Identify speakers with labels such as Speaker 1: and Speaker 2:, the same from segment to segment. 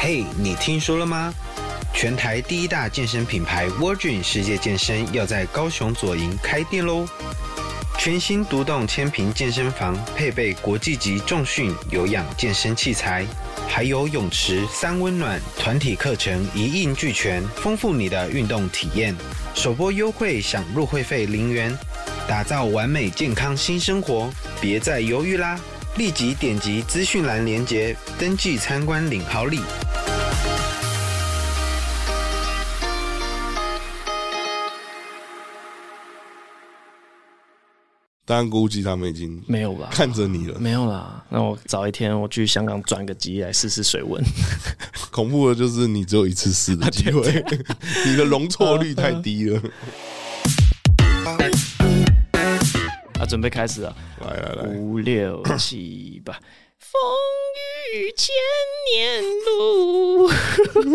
Speaker 1: 嘿、你听说了吗？全台第一大健身品牌 Virgin 世界健身要在高雄左营开店喽！全新独栋千平健身房，配备国际级重训、有氧健身器材，还有泳池、三温暖、团体课程一应俱全，丰富你的运动体验。首波优惠享入会费零元，打造完美健康新生活，别再犹豫啦！立即点击资讯栏连结，登记参观领好礼。
Speaker 2: 当然估计他们已经
Speaker 3: 没有吧？
Speaker 2: 看着你了。
Speaker 3: 没有啦，那我早一天我去香港转个机来试试水 温，
Speaker 2: 恐怖的就是你只有一次试的机会， 你的容错率太低了。
Speaker 3: 嗯啊，准备开始了，
Speaker 2: 来来来，
Speaker 3: 五六七八，哎 风雨千年 路，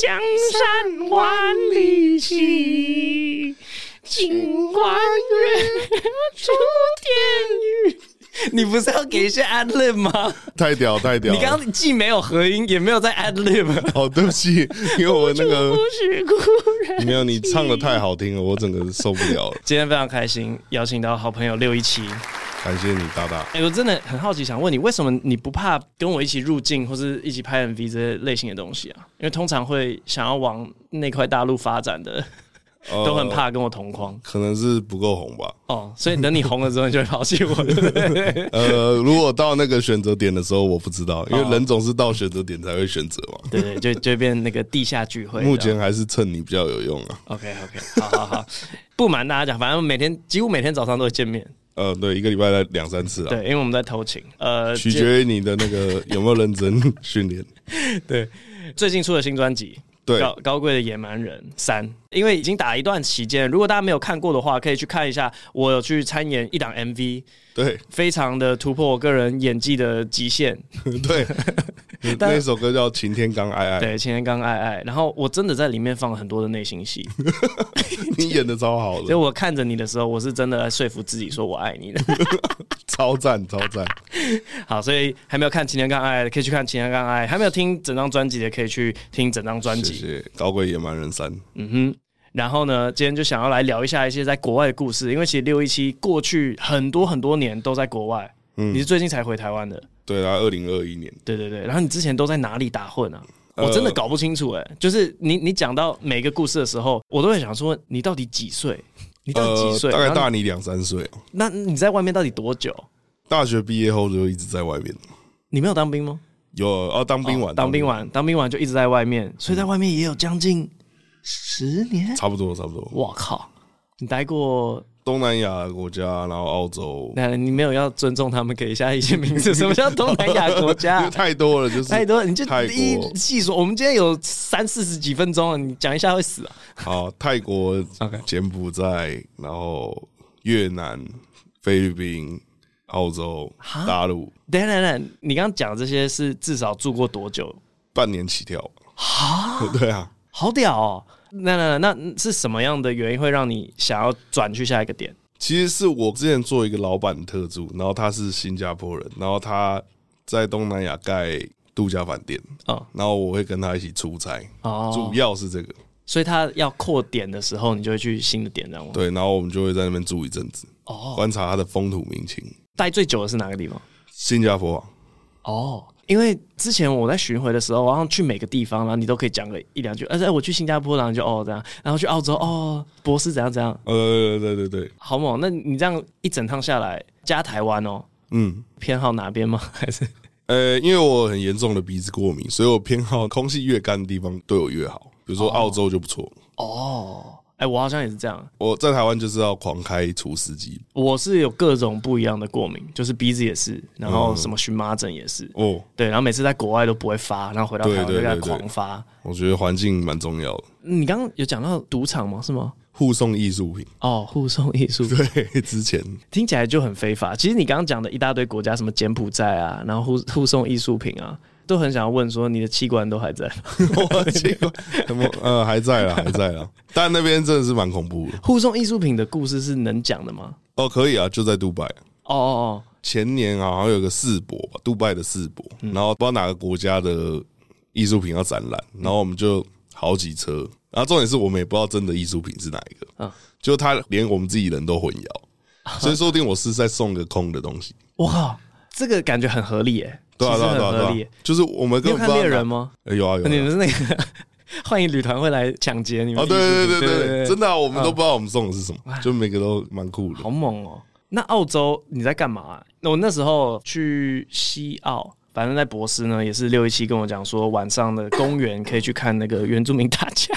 Speaker 3: 江山万里行，锦官远出天宇。 你不是要给一些 ad lib 吗？
Speaker 2: 太屌太屌了！
Speaker 3: 你刚刚既没有合音，也没有在 ad lib。
Speaker 2: 哦，对不起，因为我那个
Speaker 3: 是故人。
Speaker 2: 没有你唱的太好听了，我整个受不了了。
Speaker 3: 今天非常开心，邀请到好朋友六一七。
Speaker 2: 感谢你，大大。
Speaker 3: 哎、我真的很好奇，想问你，为什么你不怕跟我一起入境或是一起拍 MV 这些类型的东西啊？因为通常会想要往那块大陆发展的，
Speaker 2: 呃
Speaker 3: 都很，怕跟我同框
Speaker 2: 可能是不够红吧。
Speaker 3: 哦。所以等你红了之后，你就会抛弃我，对 不对？
Speaker 2: 呃，如果到那个选择点的时候，我不知道，因
Speaker 3: 哦
Speaker 2: 为人总是到选择点才会选择嘛。
Speaker 3: 对对，就就变那个地下聚会。
Speaker 2: 目前还是趁你比较有用啊。
Speaker 3: OK OK，好好好，不瞒大家讲，反正每天几乎每天早上都会见面，
Speaker 2: 呃，对，一个礼拜来两三次啊，
Speaker 3: 对，因为我们在偷情。呃，
Speaker 2: 取决于你的那个有没有认真训练。
Speaker 3: 对，最近出了新专辑。
Speaker 2: 对
Speaker 3: 高高贵的野蛮人三，因为已经打一段期间，如果大家没有看过的话，可以去看一下。我有去参演一档 MV，
Speaker 2: 对
Speaker 3: 非常的突破我个人演技的极限。
Speaker 2: 对，那首歌叫《晴天刚爱爱》，
Speaker 3: 对，前天刚爱爱，然后我真的在里面放了很多的内心戏，
Speaker 2: 你演的超好
Speaker 3: 所以
Speaker 2: 的，
Speaker 3: 我看着你的时候，我是真的在说服自己说我爱你的。
Speaker 2: 超赞超赞。
Speaker 3: 好，所以还没有看《晴天刚爱爱》的，可以去看《晴天刚爱爱》；还没有听整张专辑的，可以去听整张专
Speaker 2: 谢
Speaker 3: 辑。
Speaker 2: 谢《高贵野蛮人三》。
Speaker 3: 嗯哼。然后呢，今天就想要来聊一下一些在国外的故事，因为其实六一七过去很多很多年都在国外，
Speaker 2: 嗯
Speaker 3: 你是最近才回台湾的，
Speaker 2: 对啊，二零二一年，
Speaker 3: 对对对。然后你之前都在哪里打混啊？
Speaker 2: 呃
Speaker 3: 我真的搞不清楚哎、就是你你讲到每个故事的时候，我都会想说你到底几岁？你到底几岁？
Speaker 2: 呃大概
Speaker 3: 然后
Speaker 2: 大你两三岁哦。
Speaker 3: 那你在外面到底多久？
Speaker 2: 大学毕业后就一直在外面，
Speaker 3: 你没有当兵吗？
Speaker 2: 有哦，当兵
Speaker 3: 哦
Speaker 2: 完，
Speaker 3: 当兵，完，当兵完就一直在外面，所以在外面也有将近十年。
Speaker 2: 差不多差不多。
Speaker 3: 我靠，你待过
Speaker 2: 东南亚国家，然后澳洲，
Speaker 3: 那你没有要尊重他们给一下一些名字？什么叫东南亚国
Speaker 2: 因
Speaker 3: 家啊
Speaker 2: 为？ 太多了，就是
Speaker 3: 太多，你就
Speaker 2: 泰
Speaker 3: 一
Speaker 2: 国
Speaker 3: 细说。我们今天有三四十几分钟了，你讲一下会死啊！
Speaker 2: 好，泰国
Speaker 3: OK、
Speaker 2: 柬埔寨，然后越南、菲律宾、澳洲、大陆，
Speaker 3: 等一下等等等一下，你刚刚讲的这些是至少住过多久？
Speaker 2: 半年起跳。啊， 对啊，
Speaker 3: 好屌哦！那那那那是什么样的原因会让你想要转去下一个点？
Speaker 2: 其实是我之前做一个老板特助，然后他是新加坡人，然后他在东南亚盖度假饭店，
Speaker 3: 哦
Speaker 2: 然后我会跟他一起出差，
Speaker 3: 哦
Speaker 2: 主，要是这个
Speaker 3: 所以他要扩点的时候，你就会去新的点，这样吗？
Speaker 2: 对，然后我们就会在那边住一阵子，
Speaker 3: 哦，
Speaker 2: 观察他的风土民情。
Speaker 3: 待最久的是哪个地方？
Speaker 2: 新加坡啊、
Speaker 3: 哦，因为之前我在巡回的时候，然后去每个地方，然后你都可以讲个一两句，而啊且我去新加坡，然后你就哦这样，然后去澳洲哦，博士怎样怎样，
Speaker 2: 呃，对对对，
Speaker 3: 好猛！那你这样一整趟下来，加台湾哦，
Speaker 2: 嗯。
Speaker 3: 偏好哪边吗？还是
Speaker 2: 呃，因为我很严重的鼻子过敏，所以我偏好空气越干的地方对我越好。比如说澳洲就不错，
Speaker 3: 哦，哎、我好像也是这样，
Speaker 2: 我在台湾就是要狂开除湿机
Speaker 3: 我是有各种不一样的过敏，就是鼻子也是，然后什么荨麻疹也是。
Speaker 2: 哦。
Speaker 3: 对，然后每次在国外都不会发，然后回到台湾就
Speaker 2: 对对
Speaker 3: 在
Speaker 2: 对嗯对
Speaker 3: 狂发。
Speaker 2: 我觉得环境蛮重要的，
Speaker 3: 你刚刚有讲到赌场吗？是吗？
Speaker 2: 护送艺术品。
Speaker 3: 哦，护送艺术
Speaker 2: 对，之 前
Speaker 3: 听起来就很非法。其实你刚刚讲的一大堆国家，什么柬埔寨啊，然后护护送艺术品啊，都很想要问说你的器官都还在吗？
Speaker 2: 我结果什么呃还在啦，还在啦，但那边真的是蛮恐怖的。
Speaker 3: 护送艺术品的故事是能讲的吗？
Speaker 2: 哦，可以啊，就在杜拜。
Speaker 3: 哦哦嗯
Speaker 2: 前年好像有个世博吧，杜拜的世博，然后不知道哪个国家的艺术品要展览，
Speaker 3: 嗯
Speaker 2: 然后我们就好几车，然后重点是我们也不知道真的艺术品是哪一个，
Speaker 3: 嗯
Speaker 2: 就他连我们自己人都混 淆，所以说不定我是在送个空的东西，
Speaker 3: 我靠，这个感觉很合理耶，
Speaker 2: 对啊
Speaker 3: 其
Speaker 2: 对
Speaker 3: 实
Speaker 2: 啊对
Speaker 3: 很合
Speaker 2: 啊
Speaker 3: 理
Speaker 2: 对啊
Speaker 3: 耶。，
Speaker 2: 就是我们
Speaker 3: 你
Speaker 2: 根本
Speaker 3: 有看
Speaker 2: 不知道
Speaker 3: 猎
Speaker 2: 哪
Speaker 3: 人吗？
Speaker 2: 呃有啊有啊
Speaker 3: 你
Speaker 2: 有
Speaker 3: 们
Speaker 2: 啊，
Speaker 3: 是那个幻影旅团会来抢劫你们
Speaker 2: 哦
Speaker 3: 的衣
Speaker 2: 对对对
Speaker 3: 服？
Speaker 2: 对对，嗯真的
Speaker 3: 的
Speaker 2: 啊，我们都不知道我们送的是什么，就每个都蛮酷的
Speaker 3: 好，猛哦！那澳洲你在干嘛啊、那我那时候去西澳。反正在博斯呢，也是六一七跟我讲说，晚上的公园可以去看那个原住民打架，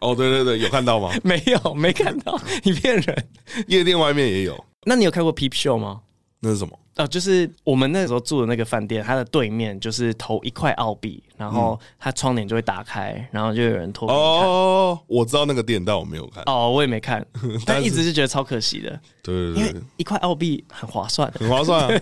Speaker 2: 哦对对对，有看到吗？
Speaker 3: 没有没看到，你骗人。
Speaker 2: 夜店外面也有，
Speaker 3: 那你有看过 Peep Show 吗？
Speaker 2: 那是什么？
Speaker 3: 哦，就是我们那时候住的那个饭店，它的对面就是投一块澳币，然后它窗帘就会打开，然后就有人脱给你看。嗯哦
Speaker 2: 哦，我知道那个店，但我没有看。
Speaker 3: 我也没 看，但一直就觉得超可惜的，
Speaker 2: 对
Speaker 3: 因
Speaker 2: 对
Speaker 3: 为
Speaker 2: 对，
Speaker 3: 一块澳币很划算。
Speaker 2: 很划算 啊。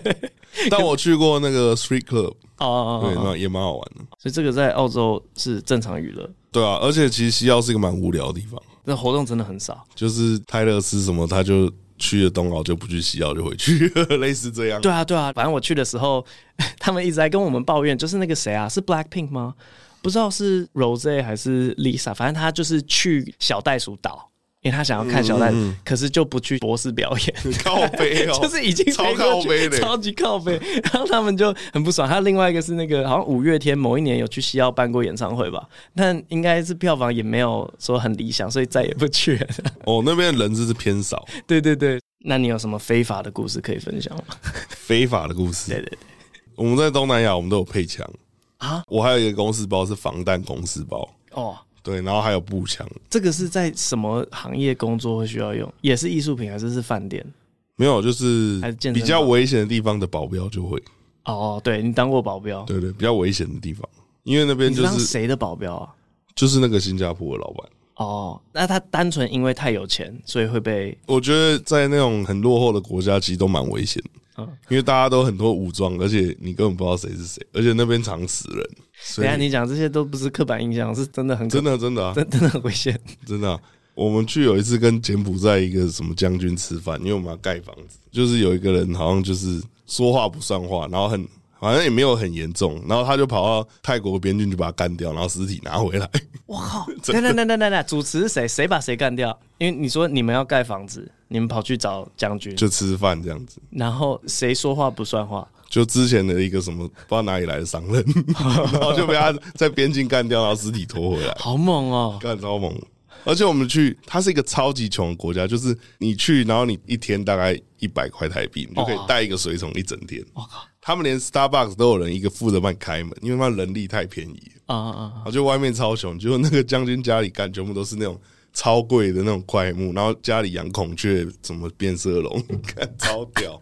Speaker 2: 但我去过那个 Street Club，
Speaker 3: 哦哦
Speaker 2: 对，
Speaker 3: 哦哦，
Speaker 2: 那也蛮好玩的。
Speaker 3: 所以这个在澳洲是正常娱乐，
Speaker 2: 对啊，而且其实西澳是一个蛮无聊的地方，
Speaker 3: 那活动真的很少。
Speaker 2: 就是泰勒斯什么，他就去了东澳就不去西澳就回去， 类似这样。
Speaker 3: 对啊，对啊，反正我去的时候， 他们一直在跟我们抱怨，就是那个谁啊，是 Blackpink 吗？不知道是 Rose 还是 Lisa，反正他就是去小袋鼠岛，因为他想要看小袋
Speaker 2: 嗯
Speaker 3: 鼠，可是就不去博士表演。
Speaker 2: 靠背 哦，
Speaker 3: 就是已经
Speaker 2: 超
Speaker 3: 飞过
Speaker 2: 靠
Speaker 3: 去
Speaker 2: 背的
Speaker 3: 超级靠背。然后他们就很不爽。还有另外一个是那个，好像五月天某一年有去西澳办过演唱会吧，但应该是票房也没有说很理想，所以再也不去了。
Speaker 2: 哦，那边人真是偏少，
Speaker 3: 对对对，那你有什么非法的故事可以分享吗？
Speaker 2: 非法的故事。
Speaker 3: 对对对，
Speaker 2: 我们在东南亚，我们都有配枪
Speaker 3: 啊。
Speaker 2: 我还有一个公司包是防弹公司包，
Speaker 3: 哦，
Speaker 2: 对，然后还有步枪。
Speaker 3: 这个是在什么行业工作会需要用？也是艺术品还是是饭店？
Speaker 2: 没有，就是
Speaker 3: 还是健身
Speaker 2: 比较
Speaker 3: 房
Speaker 2: 危险的地方的保镖就会，
Speaker 3: 哦，对你当过保镖，
Speaker 2: 对对，比较危险的地方，因为那边
Speaker 3: 你
Speaker 2: 就
Speaker 3: 当
Speaker 2: 是
Speaker 3: 谁的保镖啊？
Speaker 2: 就是那个新加坡的老板，
Speaker 3: 哦，那他单纯因为太有钱，所以会被
Speaker 2: 我觉得在那种很落后的国家，其实都蛮危险的，
Speaker 3: 嗯
Speaker 2: 因为大家都很多武装，而且你根本不知道谁是谁，而且那边常死人，所
Speaker 3: 等一下
Speaker 2: 以
Speaker 3: 你讲这些都不是刻板印象，是真的很可
Speaker 2: 真的真的啊，
Speaker 3: 真真的很危险。
Speaker 2: 真的啊、我们去有一次跟柬埔寨一个什么将军吃饭，因为我们要盖房子，就是有一个人好像就是说话不算话，然后很反正也没有很严重，然后他就跑到泰国边境去把他干掉，然后尸体拿回来。
Speaker 3: 我靠！等等等等等等，主持是谁？谁把谁干掉？因为你说你们要盖房子，你们跑去找将军，
Speaker 2: 就吃饭这样子。
Speaker 3: 然后谁说话不算话？
Speaker 2: 就之前的一个什么不知道哪里来的商人， 然后就被他在边境干掉，然后尸体拖回来，
Speaker 3: 好猛哦！
Speaker 2: 干超猛。而且我们去，它是一个超级穷的国家，就是你去，然后你一天大概一百块台币，你就可以带一个水桶一整天。他们连 Starbucks 都有人一个负责帮你开门，因为他们人力太便宜了，
Speaker 3: 啊啊啊！
Speaker 2: 然后就外面超穷，结果那个将军家里干全部都是那种超贵的那种快木，然后家里养孔雀，什么变色龙， 看超屌，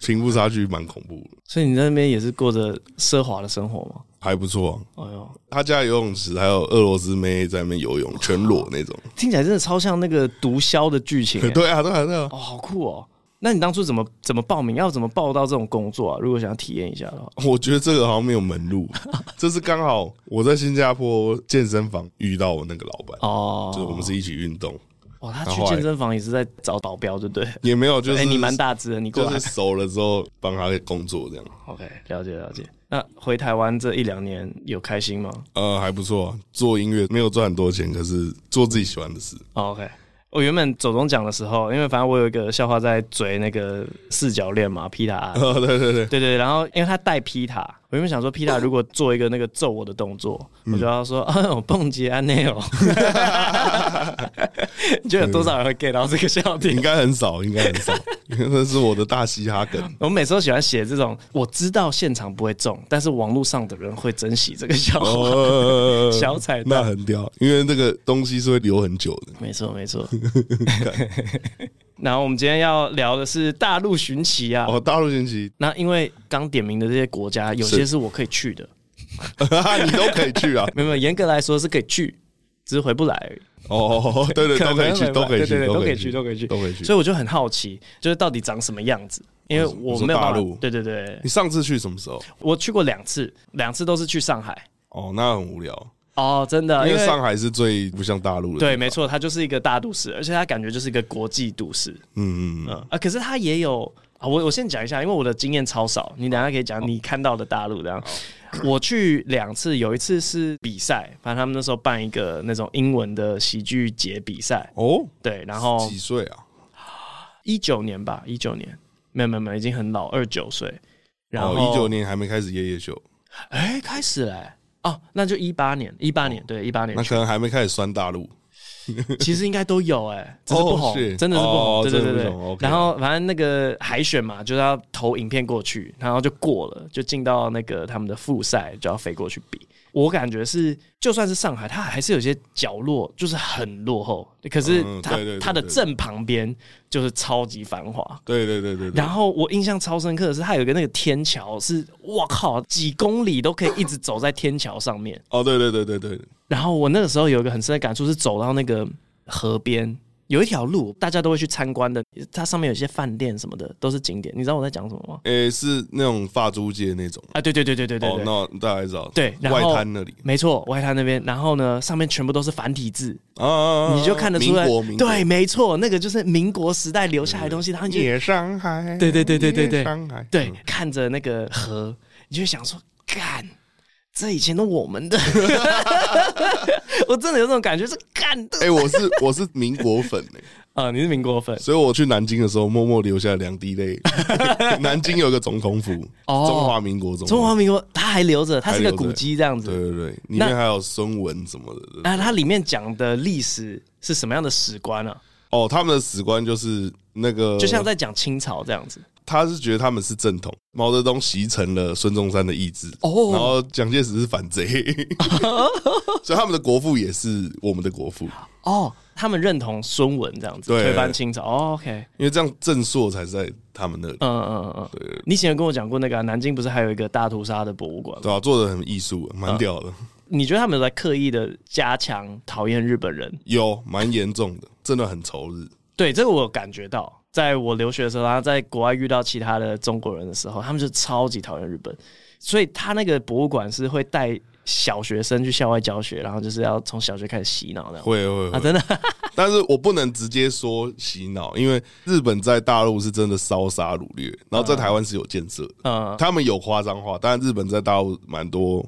Speaker 2: 贫富差距蛮恐怖的。
Speaker 3: 所以你在那边也是过着奢华的生活吗？
Speaker 2: 还不错、
Speaker 3: 哎呦，
Speaker 2: 他家游泳池还有俄罗斯妹在那边游泳，全裸那种。
Speaker 3: 听起来真的超像那个毒枭的剧情、欸。
Speaker 2: 对啊，对啊，对啊
Speaker 3: 哦，。好酷哦！那你当初怎么怎么报名？要怎么报到这种工作啊？如果想要体验一下的话，
Speaker 2: 我觉得这个好像没有门 路，这是刚好我在新加坡健身房遇到我那个老板，就是我
Speaker 3: 哦，
Speaker 2: 们是一起运动，
Speaker 3: 哇，他
Speaker 2: 然
Speaker 3: 去
Speaker 2: 后
Speaker 3: 健
Speaker 2: 还
Speaker 3: 身房也是在找保镖，对不对？
Speaker 2: 也没有就是、
Speaker 3: 哎、你蛮，大只的，你过
Speaker 2: 就
Speaker 3: 来
Speaker 2: 是。熟了之后帮他工作这样，
Speaker 3: OK，了解了解。那回台湾这一两年有开心吗、
Speaker 2: 呃，还不错、啊。做音乐没有赚很多钱，可是做自己喜欢的事。
Speaker 3: o o k 我原本走中奖的时候，因为反正我有一个笑话在追那个四角恋嘛，皮塔阿。
Speaker 2: 呃，对对对，
Speaker 3: 对对，然后因为他带皮塔，我原本想说皮塔如果做一个那个揍我的动作，
Speaker 2: 嗯
Speaker 3: 我就要说 啊，我蹦极安内 哦，你觉得有多少人会 get 到这个笑点
Speaker 2: 应？该很少，应该很少， 因为那是我的大嘻哈梗。
Speaker 3: 我每次都喜欢写这种，我知道现场不会中，但是网络上的人会珍惜这个笑话。
Speaker 2: 哦，
Speaker 3: 小彩
Speaker 2: 那
Speaker 3: 蛋
Speaker 2: 很屌，因为这个东西是会留很久的。
Speaker 3: 没错，没错。 然后我们今天要聊的是大陆寻奇啊。
Speaker 2: 哦，大陆寻奇，
Speaker 3: 那因为刚点名的这些国家，有些是我可以去的，
Speaker 2: 你都可以去啊。
Speaker 3: 没有，没有严格来说是可以去，只是回不来而已。
Speaker 2: 哦，对对，
Speaker 3: 可
Speaker 2: 都
Speaker 3: 能
Speaker 2: 可以去，
Speaker 3: 回不
Speaker 2: 都
Speaker 3: 来
Speaker 2: 可以
Speaker 3: 对对
Speaker 2: 去，
Speaker 3: 对都可
Speaker 2: 可
Speaker 3: 以去，都可以去，
Speaker 2: 都可以 去。
Speaker 3: 所以我就很好奇，就是到底长什么样子，因为我没有
Speaker 2: 哦你说大
Speaker 3: 办法
Speaker 2: 陆。
Speaker 3: 对对对
Speaker 2: 你，上次去什么时候？
Speaker 3: 我去过两次，两次都是去上海。
Speaker 2: 哦，那很无聊，
Speaker 3: 哦，真的，
Speaker 2: 因
Speaker 3: 因
Speaker 2: 为
Speaker 3: 为
Speaker 2: 上海是最不像大陆的。
Speaker 3: 对，没错，它就是一个大都市，而且它感觉就是一个国际都市。
Speaker 2: 嗯，嗯嗯，
Speaker 3: 嗯啊，可是
Speaker 2: 哦
Speaker 3: 他也有啊，我我先讲一下，因为我的经验超少，你等一下可以讲你看到的大陆这样。我去两次，有一次是比赛，反正他们那时候办一个那种英文的喜剧节比赛，
Speaker 2: 哦，
Speaker 3: 对，然后
Speaker 2: 几岁啊？
Speaker 3: 一九年吧，一九年，没有没有没有，已经很老，二九岁，然后
Speaker 2: 哦一九，年还没开始夜夜秀，
Speaker 3: 哎，开始嘞、哦，那就一八年，一八年，对，一八年
Speaker 2: 哦那，可能还没开始酸大陆。
Speaker 3: 其实应该都有哎、只是不红，
Speaker 2: 哦是
Speaker 3: 真的是不红，
Speaker 2: 哦
Speaker 3: 对对对
Speaker 2: 真的
Speaker 3: 对
Speaker 2: 不红。，OK
Speaker 3: 然后反正那个海选嘛，就是要投影片过去，然后就过了，就进到那个他们的复赛，就要飞过去比。我感觉是，就算是上海，它还是有些角落就是很落后，可是
Speaker 2: 嗯
Speaker 3: 它、
Speaker 2: 对对对
Speaker 3: 它的
Speaker 2: 对
Speaker 3: 正旁边就是超级繁华。
Speaker 2: 对对对对对
Speaker 3: 然，后我印象超深刻的是，它有一个那个天桥是，我靠，几公里都可以一直走在天桥上面。
Speaker 2: 哦，对对对对对，
Speaker 3: 然后我那个时候有一个很深的感触，是走到那个河边，有一条路大家都会去参观的，它上面有一些饭店什么的都是景点。你知道我在讲什么吗？
Speaker 2: 诶，是那种发租界那种。
Speaker 3: 啊，对对对对对对
Speaker 2: 哦，
Speaker 3: 对，
Speaker 2: 那我大概知道。
Speaker 3: 对然后
Speaker 2: 外滩那里
Speaker 3: 没错，外滩那边，然后呢，上面全部都是繁体字，
Speaker 2: 啊啊，啊
Speaker 3: 你就看得出来
Speaker 2: 民国，民国
Speaker 3: 对，没错，那个就是民国时代留下来的东西，然后你就
Speaker 2: 夜上海，
Speaker 3: 对对对对对对
Speaker 2: 夜上海，
Speaker 3: 对，看着那个河，你就会想说，干，这以前的我们的， 我真的有这种感觉，是干的
Speaker 2: 哎、我是我是民国粉哎、
Speaker 3: 啊！你是民国粉
Speaker 2: 所以我去南京的时候，默默流下两滴 泪。南京有个总统府，
Speaker 3: 哦
Speaker 2: 中华民国总
Speaker 3: 中
Speaker 2: 统
Speaker 3: 华
Speaker 2: 府，
Speaker 3: 民国，它还留着，它是个
Speaker 2: 还留着
Speaker 3: 古迹这样
Speaker 2: 对
Speaker 3: 子。
Speaker 2: 对对，里面还有孙文什么的。
Speaker 3: 那它里面讲的历史是什么样的史观啊？
Speaker 2: 哦，他们的史观就是那个，
Speaker 3: 就像在讲清朝这样子。
Speaker 2: 他是觉得他们是正统，毛泽东袭成了孙中山的意志，
Speaker 3: 哦
Speaker 2: 然后蒋介石是反 贼，所以他们的国父也是我们的国父，
Speaker 3: 哦，他们认同孙文这样子，
Speaker 2: 对
Speaker 3: 推翻清朝。哦、OK，
Speaker 2: 因为这样正朔才在他们那里，
Speaker 3: 嗯嗯嗯嗯。你以前有跟我讲过那个啊、南京不是还有一个大屠杀的博物馆吗？
Speaker 2: 对吧、啊做的很艺术，蛮屌的，
Speaker 3: 你觉得他们有在刻意的加强讨厌日本人？
Speaker 2: 有蛮严重的，真的很仇日。
Speaker 3: 对，这个我有感觉到。在我留学的时候，然后在国外遇到其他的中国人的时候，他们就超级讨厌日本，所以他那个博物馆是会带小学生去校外教学，然后就是要从小学开始洗脑的。
Speaker 2: 会会
Speaker 3: 啊，
Speaker 2: 会，
Speaker 3: 真的，
Speaker 2: 但是我不能直接说洗脑，因为日本在大陆是真的烧杀掳掠，然后在台湾是有建设的，
Speaker 3: 嗯，
Speaker 2: 他们有夸张化，但日本在大陆蛮多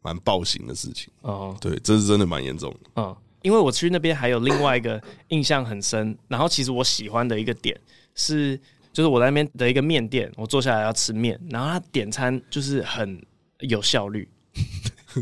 Speaker 2: 蛮暴行的事情，
Speaker 3: 哦，
Speaker 2: 对，这是真的蛮严重的。
Speaker 3: 嗯，因为我去那边还有另外一个印象很深，然后其实我喜欢的一个点是，就是我在那边的一个面店，我坐下来要吃面，然后他点餐就是很有效率，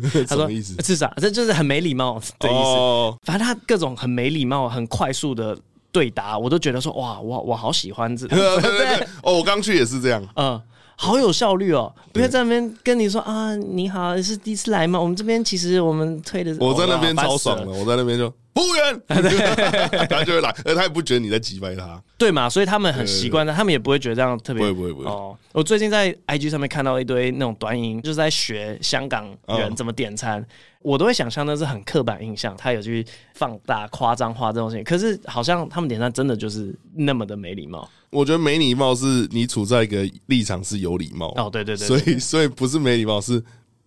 Speaker 3: 他
Speaker 2: 什
Speaker 3: 说
Speaker 2: 么意思？
Speaker 3: 是啥？这就是很没礼貌的意思。
Speaker 2: 哦，
Speaker 3: 反正他各种很没礼貌、很快速的对答，我都觉得说哇，我我好喜欢这，
Speaker 2: 对对对， 哦，我刚去也是这样，
Speaker 3: 嗯。好有效率哦！不要在那边跟你说啊，你好，是第一次来吗？我们这边其实我们推的，哦
Speaker 2: 我在那边
Speaker 3: 哇
Speaker 2: 超爽。
Speaker 3: 烦
Speaker 2: 的，
Speaker 3: 死了
Speaker 2: 我在那边就服务员， 他就会来，而他也不觉得你在击败他，
Speaker 3: 对嘛？所以他们很习惯的，他们也不会觉得这样特别。
Speaker 2: 不会不会不会
Speaker 3: 哦，我最近在 IG 上面看到一堆那种短影音，就是在学香港人
Speaker 2: 哦
Speaker 3: 怎么点餐，我都会想象那是很刻板印象，他有去放大夸张化这种事情。可是好像他们点餐真的就是那么的没礼貌。
Speaker 2: 我觉得没礼貌是你处在一个立场是有礼貌
Speaker 3: 哦，对对对对
Speaker 2: 所以所以不是没礼貌是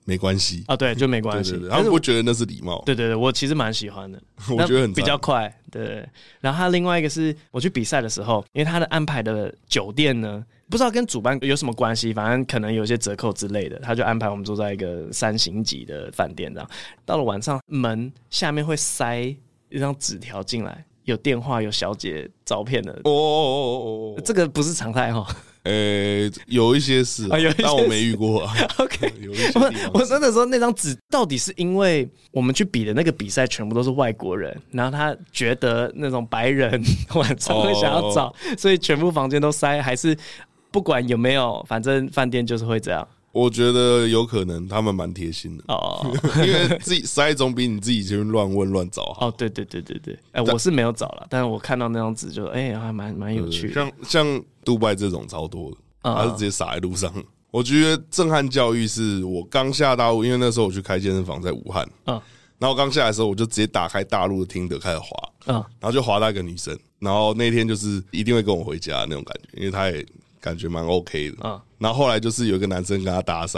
Speaker 2: 没关系，
Speaker 3: 啊，对，就没
Speaker 2: 对
Speaker 3: 关系
Speaker 2: 对。对，他
Speaker 3: 但是
Speaker 2: 们
Speaker 3: 我
Speaker 2: 不觉得那是礼貌，
Speaker 3: 对对对，我其实蛮喜欢的，
Speaker 2: 我
Speaker 3: 那
Speaker 2: 觉得很赞
Speaker 3: 比较快。对对，对然后他另外一个是我去比赛的时候，因为他的安排的酒店呢，不知道跟主办有什么关系，反正可能有一些折扣之类的，他就安排我们住在一个三星级的饭店这样。到了晚上，门下面会塞一张纸条进来，有电话、有小姐照片的。
Speaker 2: 哦哦哦哦哦哦，
Speaker 3: 这个不是常态哦。
Speaker 2: 呃，有一些是
Speaker 3: 啊有一些，
Speaker 2: 但我没遇过啊。
Speaker 3: OK，
Speaker 2: 有一些地
Speaker 3: 我
Speaker 2: 方
Speaker 3: 我真的说那张纸到底是因为我们去比的那个比赛全部都是外国人，然后他觉得那种白人晚上会想要找， 所以全部房间都塞，还是不管有没有，反正饭店就是会这样
Speaker 2: 我觉得有可能他们蛮贴心的，
Speaker 3: 哦
Speaker 2: 因为自己塞总比你自己去乱问乱 找好。
Speaker 3: 哦，对对对对对，哎、我是没有找了，但是我看到那张纸就哎、还蛮蛮有趣的，
Speaker 2: 像像杜拜这种超多的，
Speaker 3: 嗯
Speaker 2: 他是直接撒在路上。我觉得震撼教育是我刚下大陆，因为那时候我去开健身房在武汉，
Speaker 3: 嗯
Speaker 2: 然后刚下来的时候我就直接打开大陆的听的开始滑，
Speaker 3: 嗯
Speaker 2: 然后就滑到一个女生，然后那天就是一定会跟我回家那种感觉，因为她也感觉蛮 OK 的。
Speaker 3: 嗯
Speaker 2: 然后后来就是有一个男生跟她搭讪，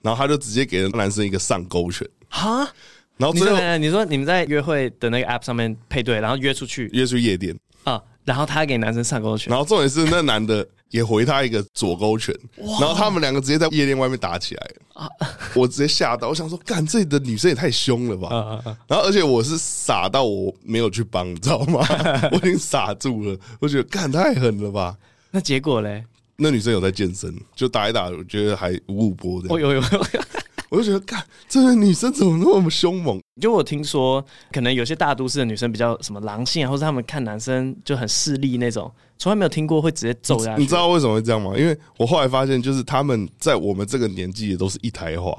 Speaker 2: 然后她就直接给那男生一个上勾拳，
Speaker 3: 哈。
Speaker 2: 然后
Speaker 3: 你
Speaker 2: 最后
Speaker 3: 说等等你说你们在约会的那个 app 上面配对，然后约出去嗯
Speaker 2: 约去夜店，
Speaker 3: 啊、然后他给男生上勾拳，
Speaker 2: 然后重点是那男的也回他一个左勾拳，然后他们两个直接在夜店外面打起来了。我直接吓到，我想说，干这里的女生也太凶了吧！
Speaker 3: 嗯
Speaker 2: 然后而且我是傻到我没有去帮，你知道吗？我已经傻住了，我觉得干太狠了吧！
Speaker 3: 那结果嘞？
Speaker 2: 那女生有在健身，就打一打，我觉得还五五波的
Speaker 3: 哦，有有有，
Speaker 2: 我就觉得干这个女生怎么那么凶猛？
Speaker 3: 就我听说，可能有些大都市的女生比较什么狼性啊，或者她们看男生就很势利那种，从来没有听过会直接揍下去。
Speaker 2: 你知道为什么会这样吗？因为我后来发现，就是他们在我们这个年纪也都是一台化，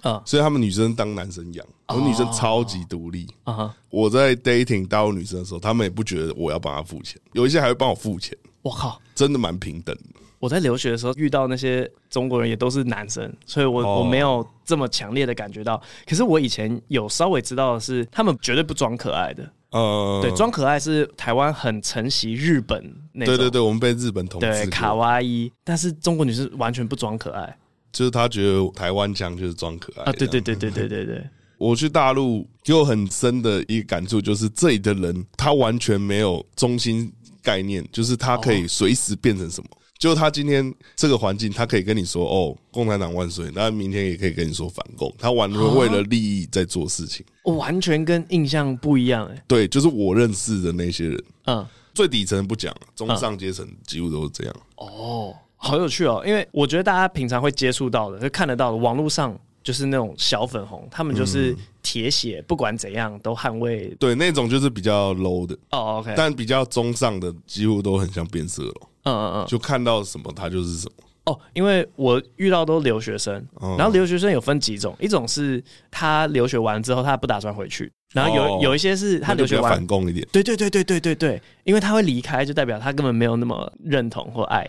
Speaker 3: 啊
Speaker 2: 所以他们女生当男生养，我们女生超级独立。
Speaker 3: 啊哈？
Speaker 2: 我在 dating 大陆女生的时候，他们也不觉得我要帮她付钱，有一些还会帮我付钱，
Speaker 3: 我靠！
Speaker 2: 真的蛮平等的。
Speaker 3: 我在留学的时候遇到那些中国人也都是男生，所以我、
Speaker 2: 哦
Speaker 3: 我没有这么强烈的感觉到。可是我以前有稍微知道的是，他们绝对不装可爱的。
Speaker 2: 呃，
Speaker 3: 对，装可爱是台湾很承袭日本那
Speaker 2: 对
Speaker 3: 种，
Speaker 2: 对对，我们被日本统
Speaker 3: 对
Speaker 2: 治
Speaker 3: 卡
Speaker 2: 过，
Speaker 3: 哇伊，但是中国女生完全不装可爱
Speaker 2: 就是他觉得台湾腔就是装可爱
Speaker 3: 啊！对
Speaker 2: 这
Speaker 3: 对
Speaker 2: 样
Speaker 3: 对对对对对，
Speaker 2: 我去大陆给我很深的一个感触，就是这里的人他完全没有中心概念，就是他可以随时变成什么。就他今天这个环境，他可以跟你说哦，共产党万岁，那明天也可以跟你说反共，他完全为了利益在做事情。
Speaker 3: 我完全跟印象不一样哎、
Speaker 2: 对，就是我认识的那些人，
Speaker 3: 嗯。
Speaker 2: 最底层不讲，中上阶层几乎都是这样。
Speaker 3: 哦，好有趣哦！因为我觉得大家平常会接触到的、就看得到的，网络上就是那种小粉红，他们就是铁血，不管怎样都捍卫。
Speaker 2: 对，那种就是比较 low 的，
Speaker 3: 哦，OK，嗯
Speaker 2: 但比较中上的几乎都很像变色龙，
Speaker 3: 嗯嗯，
Speaker 2: 就看到什么他就是什么。
Speaker 3: 哦，因为我遇到都留学生，
Speaker 2: 嗯
Speaker 3: 然后留学生有分几种，一种是他留学完之后他不打算回去，然后有、
Speaker 2: 哦
Speaker 3: 有一些是他
Speaker 2: 那就
Speaker 3: 留
Speaker 2: 比
Speaker 3: 学
Speaker 2: 较
Speaker 3: 完
Speaker 2: 反共一点。
Speaker 3: 对对对对对对对，因为他会离开，就代表他根本没有那么认同或爱。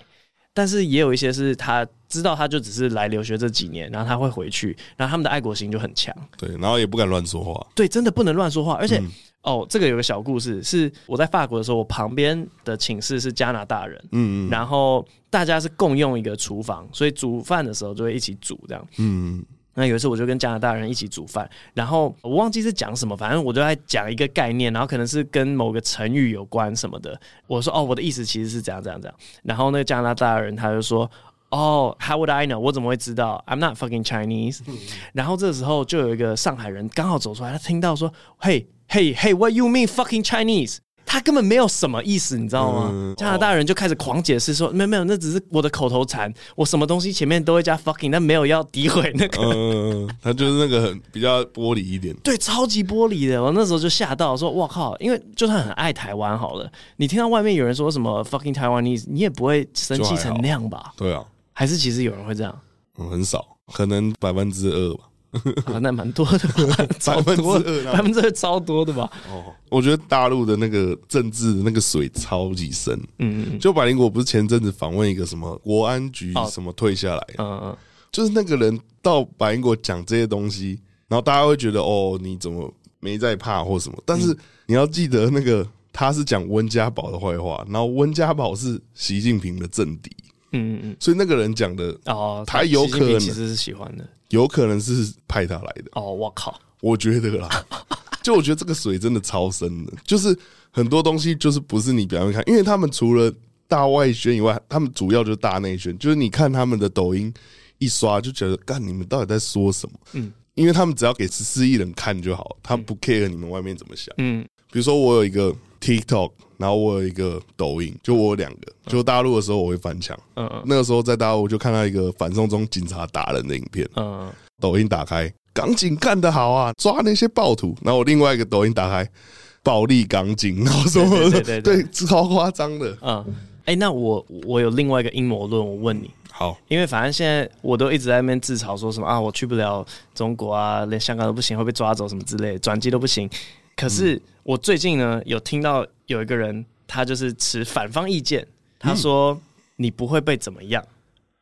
Speaker 3: 但是也有一些是他知道，他就只是来留学这几年，然后他会回去，然后他们的爱国心就很强。
Speaker 2: 对，然后也不敢乱说话。
Speaker 3: 对，真的不能乱说话。而且、
Speaker 2: 嗯
Speaker 3: 哦，这个有个小故事，是我在法国的时候，我旁边的寝室是加拿大人，
Speaker 2: 嗯嗯
Speaker 3: 然后大家是共用一个厨房，所以煮饭的时候就会一起煮这样。
Speaker 2: 嗯，
Speaker 3: 那有一次我就跟加拿大人一起煮饭，然后我忘记是讲什么，反正我就在讲一个概念，然后可能是跟某个成语有关什么的。我说哦，我的意思其实是怎样怎样怎样。然后那个加拿大人他就说。哦、h o w would I know？我怎么会知道？I'm not fucking Chinese。然 后这时候就有一个上海人刚好走出来，他听到说，Hey Hey Hey，What you mean fucking Chinese？他根本没有什么意思，你知道吗？
Speaker 2: 嗯
Speaker 3: 加拿大人就开始狂解释说，没有没有，那只是我的口头禅，我什么东西前面都会加 fucking，但没有要诋毁那个
Speaker 2: 嗯，他就是那个很比较玻璃一点。
Speaker 3: 对，超级玻璃的。我那时候就吓到，说哇靠！因为就算很爱台湾好了，你听到外面有人说什么 fucking Taiwanese，你也不会生气成那样吧？
Speaker 2: 对啊，
Speaker 3: 还是其实有人会这样？
Speaker 2: 嗯很少，可能百分之二吧。
Speaker 3: 啊，那蛮多的吧，超多
Speaker 2: 百分之
Speaker 3: 的，
Speaker 2: 二
Speaker 3: 百分之二超多的吧？
Speaker 2: 哦，我觉得大陆的那个政治的那个水超级深。嗯，就百灵果不是前阵子访问一个什么国安局
Speaker 3: 哦
Speaker 2: 什么退下来，
Speaker 3: 嗯嗯，
Speaker 2: 就是那个人到百灵果讲这些东西，然后大家会觉得哦，你怎么没在怕或什么？但是你要记得，那个他是讲温家宝的坏话，然后温家宝是习近平的政敌，
Speaker 3: 嗯嗯
Speaker 2: 所以那个人讲的
Speaker 3: 嗯，哦，
Speaker 2: 他有
Speaker 3: 习近平
Speaker 2: 可能
Speaker 3: 其实是喜欢的。
Speaker 2: 有可能是派他来的，
Speaker 3: 哦，我靠，
Speaker 2: 我觉得啦。就我觉得这个水真的超深的，就是很多东西就是不是你表面看，因为他们除了大外宣以外，他们主要就是大内宣，就是你看他们的抖音一刷就觉得，干你们到底在说什么？嗯，因为他们只要给十四亿人看就好，他不 care 你们外面怎么想。
Speaker 3: 嗯，
Speaker 2: 比如说我有一个 TikTok，然后我有一个抖音，就我有两个，就大陆的时候我会翻墙，
Speaker 3: 嗯嗯
Speaker 2: 那个时候在大陆我就看到一个反送中警察打人的影片，
Speaker 3: 嗯，
Speaker 2: 抖音打开，港警干得好啊，抓那些暴徒。然后我另外一个抖音打开，暴力港警，然后什么的，
Speaker 3: 对对对对
Speaker 2: 对，超夸张的。
Speaker 3: 嗯，哎、那我我有另外一个阴谋论，我问你，
Speaker 2: 好，
Speaker 3: 因为反正现在我都一直在那边自嘲说什么啊，我去不了中国啊，连香港都不行，会被抓走什么之类的，转机都不行。可是我最近呢，有听到有一个人，他就是持反方意见，他说、你不会被怎么样，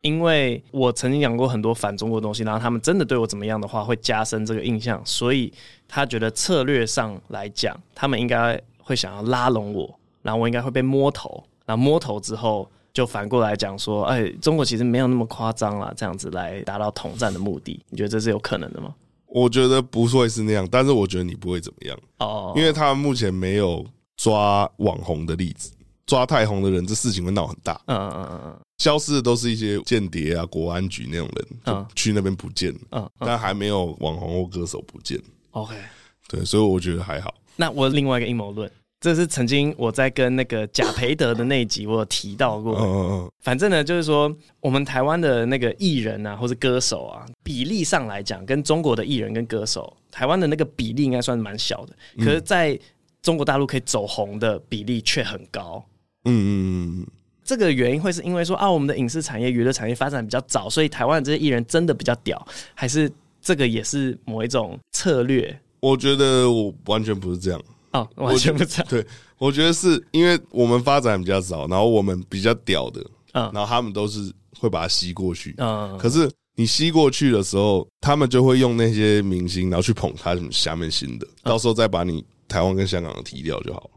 Speaker 3: 因为我曾经讲过很多反中国的东西，然后他们真的对我怎么样的话，会加深这个印象，所以他觉得策略上来讲，他们应该会想要拉拢我，然后我应该会被摸头，然后摸头之后。就反过来讲说，哎，中国其实没有那么夸张啦，这样子来达到统战的目的，你觉得这是有可能的吗？
Speaker 2: 我觉得不会是那样，但是我觉得你不会怎么样，
Speaker 3: 哦，
Speaker 2: 因为他目前没有抓网红的例子。抓太红的人，这事情会闹很大。
Speaker 3: 嗯嗯嗯嗯
Speaker 2: 消失的都是一些间谍啊、国安局那种人，
Speaker 3: 嗯
Speaker 2: 就去那边不见了，
Speaker 3: 嗯嗯
Speaker 2: 但还没有网红或歌手不见。
Speaker 3: ，OK。
Speaker 2: 对，所以我觉得还好。
Speaker 3: 那我有另外一个阴谋论，这是曾经我在跟那个贾培德的那一集我有提到过
Speaker 2: 嗯，嗯
Speaker 3: 反正呢，就是说我们台湾的那个艺人啊，或是歌手啊，比例上来讲，跟中国的艺人跟歌手，台湾的那个比例应该算蛮小的，可是在中国大陆可以走红的比例却很高。
Speaker 2: 嗯嗯嗯嗯
Speaker 3: 这个原因会是因为说啊，我们的影视产业、娱乐产业发展比较早，所以台湾的这些艺人真的比较屌，还是这个也是某一种策略？
Speaker 2: 我觉得我完全不是这样。
Speaker 3: 哦，完全 不知道。
Speaker 2: 对，我觉得是因为我们发展比较早，然后我们比较屌的，
Speaker 3: 嗯
Speaker 2: 然后他们都是会把它吸过去。
Speaker 3: 嗯，
Speaker 2: 可是你吸过去的时候，他们就会用那些明星，然后去捧他们下面新的，
Speaker 3: 嗯
Speaker 2: 到时候再把你台湾跟香港的踢掉就好了。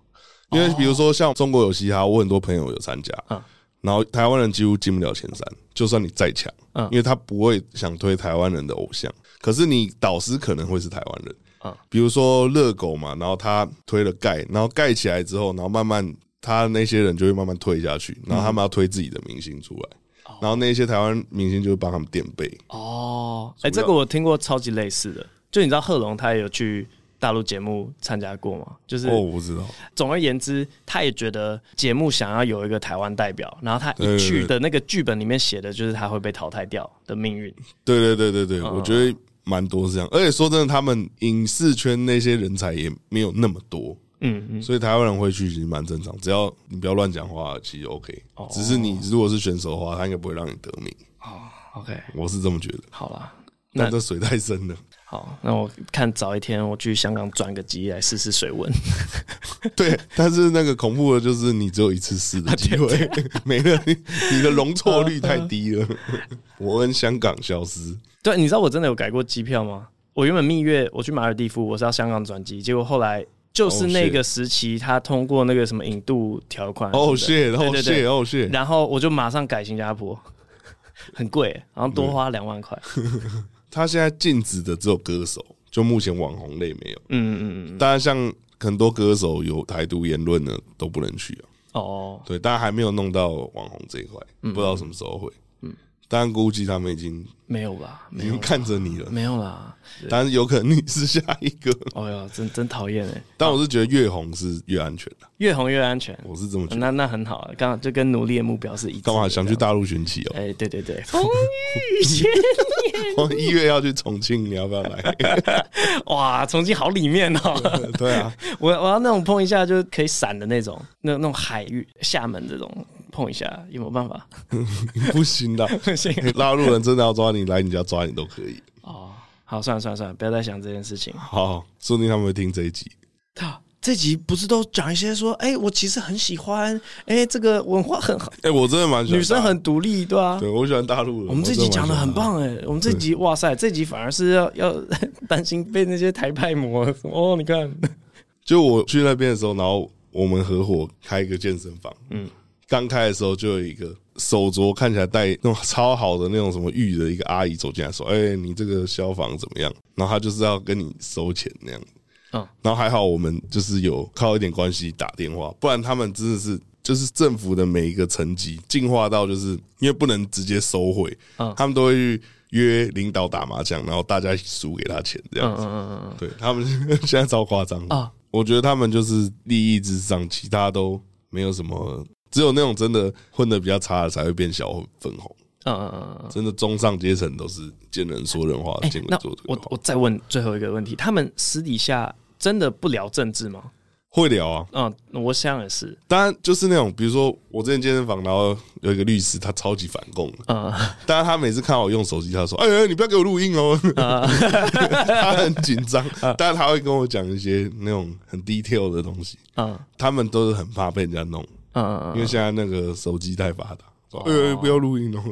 Speaker 2: 因为比如说像中国有嘻哈，我很多朋友有参加
Speaker 3: 哦嗯，
Speaker 2: 然后台湾人几乎进不了前三，就算你再强
Speaker 3: 嗯，
Speaker 2: 因为他不会想推台湾人的偶像，可是你导师可能会是台湾人
Speaker 3: 嗯，
Speaker 2: 比如说热狗嘛，然后他推了盖，然后盖起来之后，然后慢慢他那些人就会慢慢推下去，然后他们要推自己的明星出来。然后那些台湾明星就会帮他们垫背，
Speaker 3: 哦，哎、这个我听过超级类似的，就你知道贺龙他也有去大陆节目参加过吗？就是、
Speaker 2: 哦，我不知道，
Speaker 3: 总而言之，他也觉得节目想要有一个台湾代表，然后他一
Speaker 2: 对
Speaker 3: 去
Speaker 2: 对对
Speaker 3: 的那个剧本里面写的就是他会被淘汰掉的命运。
Speaker 2: 对对对对对，
Speaker 3: 嗯
Speaker 2: 我觉得蛮多是这样。而且说真的，他们影视圈那些人才也没有那么多，
Speaker 3: 嗯嗯，
Speaker 2: 所以台湾人会去其实蛮正常。只要你不要乱讲话，其实 OK。只是你如果是选手的话，他应该不会让你得名，
Speaker 3: 哦，OK，
Speaker 2: 我是这么觉得。
Speaker 3: 好啦，那
Speaker 2: 但这水太深了，
Speaker 3: 好，那我看早一天我去香港转个机来试试水温。
Speaker 2: 对。但是那个恐怖的就是你只有一次试的机 会， 没了，你你的容错率太低 了。
Speaker 3: 嗯
Speaker 2: 我跟香港消失，
Speaker 3: 对，你知道我真的有改过机票吗？我原本蜜月我去马尔地夫，我是要香港转机，结果后来就是那个时期，他通过那个什么引渡条款什么
Speaker 2: 哦
Speaker 3: 啊的，
Speaker 2: shit，哦
Speaker 3: 对对
Speaker 2: shit，哦 shit，
Speaker 3: 然后我就马上改新加坡， 很贵，然后多花两万块。
Speaker 2: 他现在禁止的只有歌手，就目前网红类没有。
Speaker 3: 嗯嗯嗯，
Speaker 2: 当然，像很多歌手有台独言论的都不能去啊。
Speaker 3: 哦，
Speaker 2: 对，但还没有弄到网红这一块，
Speaker 3: 嗯
Speaker 2: 不知道什么时候会。当然估计他们已经
Speaker 3: 没有吧？
Speaker 2: 已
Speaker 3: 没
Speaker 2: 经
Speaker 3: 有啦，
Speaker 2: 看着你了，
Speaker 3: 没有啦。
Speaker 2: 当然有可能你是下一 个。
Speaker 3: 哦哟，真真讨厌哎！
Speaker 2: 但我是觉得越红是越安全的，
Speaker 3: 越红越安全，
Speaker 2: 我是这么觉得。
Speaker 3: 那那很好，啊刚好就跟努力的目标是一致的。
Speaker 2: 干嘛想去大陆寻奇哦？
Speaker 3: 哎，对对对， 风雨前嗯
Speaker 2: 我 一月要去重庆，你要不要 来？
Speaker 3: 哇，重庆好里面哦。
Speaker 2: 对啊，
Speaker 3: 我我要那种碰一下就可以闪的那种，那那种海域厦门这种碰一下有没有办 法？
Speaker 2: 不行 的，
Speaker 3: 行
Speaker 2: 大陆人真的要抓你，来你家抓你都可以。
Speaker 3: 哦，好，算了算了算了，不要再想这件事情。
Speaker 2: 好，说不定他们会听这一集。
Speaker 3: 啊这集不是都讲一些说，哎、我其实很喜欢，哎、这个文化很好，
Speaker 2: 哎，我真的蛮喜欢
Speaker 3: 女生
Speaker 2: 大陆
Speaker 3: 很独立，对啊吧、
Speaker 2: 对，我喜欢大陆人。
Speaker 3: 我们这
Speaker 2: 真
Speaker 3: 集
Speaker 2: 蛮
Speaker 3: 讲
Speaker 2: 喜
Speaker 3: 的
Speaker 2: 欢
Speaker 3: 很
Speaker 2: 大陆人。
Speaker 3: 棒哎、我们这集哇塞，这集反而是要要 担心被那些台派魔什么 哦，你看，
Speaker 2: 就我去那边的时候，然后我们合伙开一个健身房。嗯，刚开的时候就有一个手镯看起来戴那种超好的那种什么玉的一个阿姨走进来说：“哎、你这个消防怎么样？”然后她就是要跟你收钱那样。
Speaker 3: 嗯
Speaker 2: 嗯，然后还好我们就是有靠一点关系打电话，不然他们真的是。就是政府的每一个层级进化到，就是因为不能直接收回，
Speaker 3: 嗯
Speaker 2: 他们都会去约领导打麻将，然后大家一起输给他钱这样
Speaker 3: 嗯
Speaker 2: 子。
Speaker 3: 嗯嗯嗯
Speaker 2: 对他们 现在超夸张的
Speaker 3: 啊
Speaker 2: 我觉得他们就是利益至上，其他都没有什么，只有那种真的混的比较差的才会变小粉红，
Speaker 3: 嗯嗯嗯嗯。
Speaker 2: 真的中上阶层都是见人说人话，
Speaker 3: 哎、
Speaker 2: 见鬼
Speaker 3: 那
Speaker 2: 说鬼
Speaker 3: 我我
Speaker 2: 话。
Speaker 3: 再问最后一个问题，他们私底下真的不聊政治吗？
Speaker 2: 会聊啊，
Speaker 3: 嗯，我想也是，
Speaker 2: 当然就是那种，比如说我之前健身房，然后有一个律师，他超级反共的，
Speaker 3: 嗯，
Speaker 2: 但是他每次看我用手机，他说：“哎、哎，你不要给我录音 哦。
Speaker 3: 啊
Speaker 2: 他很紧张，但是他会跟我讲一些那种很 detail 的东西，
Speaker 3: 嗯
Speaker 2: 他们都是很怕被人家弄。
Speaker 3: 嗯，
Speaker 2: 因为现在那个手机太发达，说呃不要录音 了。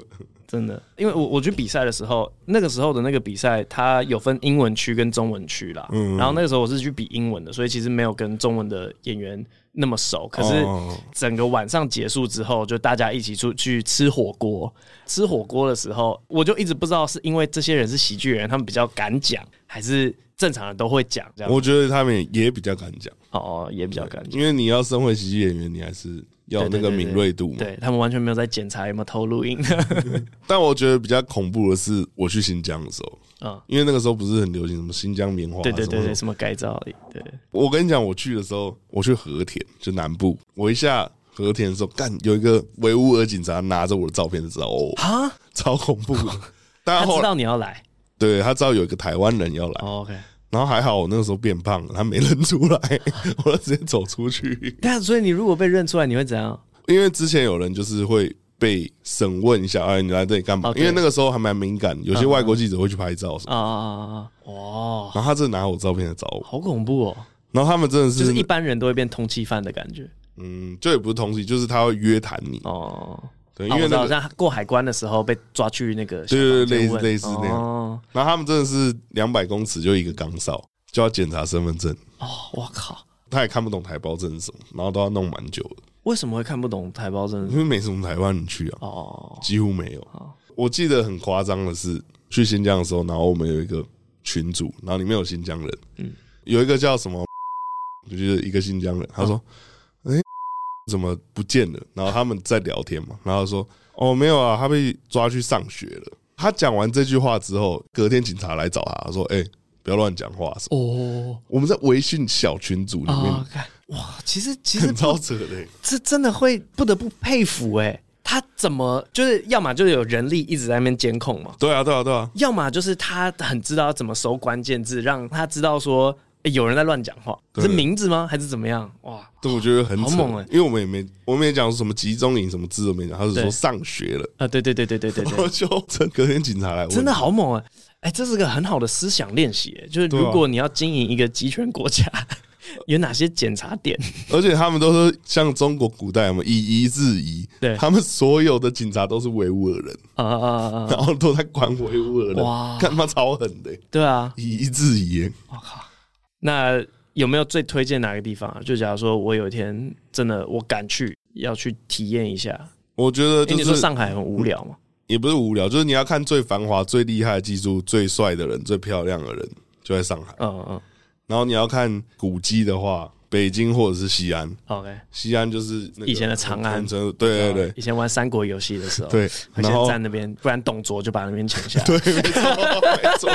Speaker 3: 真的，因为我我去比赛的时候，那个时候的那个比赛，它有分英文区跟中文区啦。
Speaker 2: 嗯
Speaker 3: 然后那个时候我是去比英文的，所以其实没有跟中文的演员那么熟。可是
Speaker 2: 哦
Speaker 3: 整个晚上结束之后，就大家一起出去吃火锅。吃火锅的时候，我就一直不知道是因为这些人是喜剧人，他们比较敢讲，还是正常人都会讲这样。
Speaker 2: 我觉得他们也比较敢讲，
Speaker 3: 哦，也比较敢讲。
Speaker 2: 因为你要身为喜剧演员，你还是要有那个敏锐度嘛。
Speaker 3: 对他们完全没有在检查有没有偷录音。
Speaker 2: 但我觉得比较恐怖的是，我去新疆的时候，
Speaker 3: 嗯，
Speaker 2: 因为那个时候不是很流行什么新疆棉花，
Speaker 3: 对对对
Speaker 2: 什
Speaker 3: 对，
Speaker 2: 么什么。
Speaker 3: 什么改造？对，
Speaker 2: 我跟你讲，我去的时候，我去和田，就南部，我一下和田的时候，干有一个维吾尔警察拿着我的照片就知道，哦，
Speaker 3: 啊，
Speaker 2: 超恐怖。但
Speaker 3: 他
Speaker 2: 后来
Speaker 3: 知道你要来。
Speaker 2: 对他知道有一个台湾人要来，
Speaker 3: 哦 OK，
Speaker 2: 然后还好我那个时候变胖了，他没认出来， 我就直接走出去。
Speaker 3: 但所以你如果被认出来，你会怎样？
Speaker 2: 因为之前有人就是会被审问一下，哎，你来这里干嘛
Speaker 3: 哦？对
Speaker 2: 因为那个时候还蛮敏感，有些外国记者会去拍照什么。
Speaker 3: 啊啊啊啊！哦，
Speaker 2: 然后他真的拿我照片来找我，
Speaker 3: 好恐怖哦，
Speaker 2: 然后他们真的是，
Speaker 3: 就是一般人都会变通缉犯的感觉。
Speaker 2: 嗯，就也不是通缉，就是他会约谈你，
Speaker 3: 哦，
Speaker 2: 对，因
Speaker 3: 啊
Speaker 2: 为
Speaker 3: 我知
Speaker 2: 那
Speaker 3: 道，
Speaker 2: 个，
Speaker 3: 像过海关的时候被抓去那个小
Speaker 2: 对对
Speaker 3: 房
Speaker 2: 对类
Speaker 3: 间
Speaker 2: 似
Speaker 3: 问，
Speaker 2: 类似那样
Speaker 3: 哦，
Speaker 2: 然后他们真的是两百公尺就一个岗哨，就要检查身份证，
Speaker 3: 哦，我靠，
Speaker 2: 他也看不懂台胞证是什么，然后都要弄蛮久的，
Speaker 3: 为什么会看不懂台胞证
Speaker 2: 因？为没什么台湾人去啊，
Speaker 3: 哦，
Speaker 2: 几乎没有。我记得很夸张的是，去新疆的时候，然后我们有一个群组，然后里面有新疆人，
Speaker 3: 嗯
Speaker 2: 有一个叫什么， 就是一个新疆人，他说：“哎、怎么不见了？”然后他们在聊天嘛，然后他说：“哦，没有啊，他被抓去上学了。”他讲完这句话之后，隔天警察来找他，他说：“哎、不要乱讲话。”什么？
Speaker 3: 哦，
Speaker 2: 我们在微信小群组里面
Speaker 3: 啊，，看哇，其实其实
Speaker 2: 很超扯的、欸
Speaker 3: 这真的会不得不佩服哎、他怎么就是要么就是有人力一直在那边监控嘛，
Speaker 2: 对啊，对啊，对啊，
Speaker 3: 要么就是他很知道怎么搜关键字，让他知道说、诶有人在乱讲话，
Speaker 2: 对
Speaker 3: 是名字吗？还是怎么样？哇，
Speaker 2: 对，我觉得很
Speaker 3: 好
Speaker 2: 扯
Speaker 3: 猛欸
Speaker 2: 因为我们也没，我们也讲什么集中营什么字都没讲，他是说
Speaker 3: 对
Speaker 2: 上学了。
Speaker 3: 啊，对对对对对对
Speaker 2: 然
Speaker 3: 对
Speaker 2: 后，就整隔天警察来问，
Speaker 3: 真的好猛哎、哎、这是个很好的思想练习、欸，就是
Speaker 2: 对啊
Speaker 3: 如果你要经营一个集权国家， 有哪些检查 点？
Speaker 2: 而且他们都说像中国古代嘛，以夷制夷，
Speaker 3: 对
Speaker 2: 他们所有的警察都是维吾尔人，
Speaker 3: 啊啊啊啊！
Speaker 2: 然后都在管维吾尔人，
Speaker 3: 哇
Speaker 2: 干嘛超狠的、欸
Speaker 3: 对啊，
Speaker 2: 以夷制夷欸耶、
Speaker 3: 我靠！那有没有最推荐哪个地方啊？就假如说我有一天真的我敢去，要去体验一下。
Speaker 2: 我觉得
Speaker 3: 因为哎你
Speaker 2: 就
Speaker 3: 说
Speaker 2: 是
Speaker 3: 上海很无聊嘛？
Speaker 2: 也不是无聊，就是你要看最繁华、最厉害的技术、最帅的人、最漂亮的人就在上海，
Speaker 3: 嗯嗯
Speaker 2: 然后你要看古迹的话，北京或者是西安，
Speaker 3: ，OK。
Speaker 2: 西安就是那个
Speaker 3: 以前的长安
Speaker 2: 很很对对对
Speaker 3: 嗯以前玩三国游戏 的时候，
Speaker 2: 对
Speaker 3: 很
Speaker 2: 然
Speaker 3: 想
Speaker 2: 后
Speaker 3: 站那边，不然董卓就把那边抢下来。
Speaker 2: 对，没错，没错。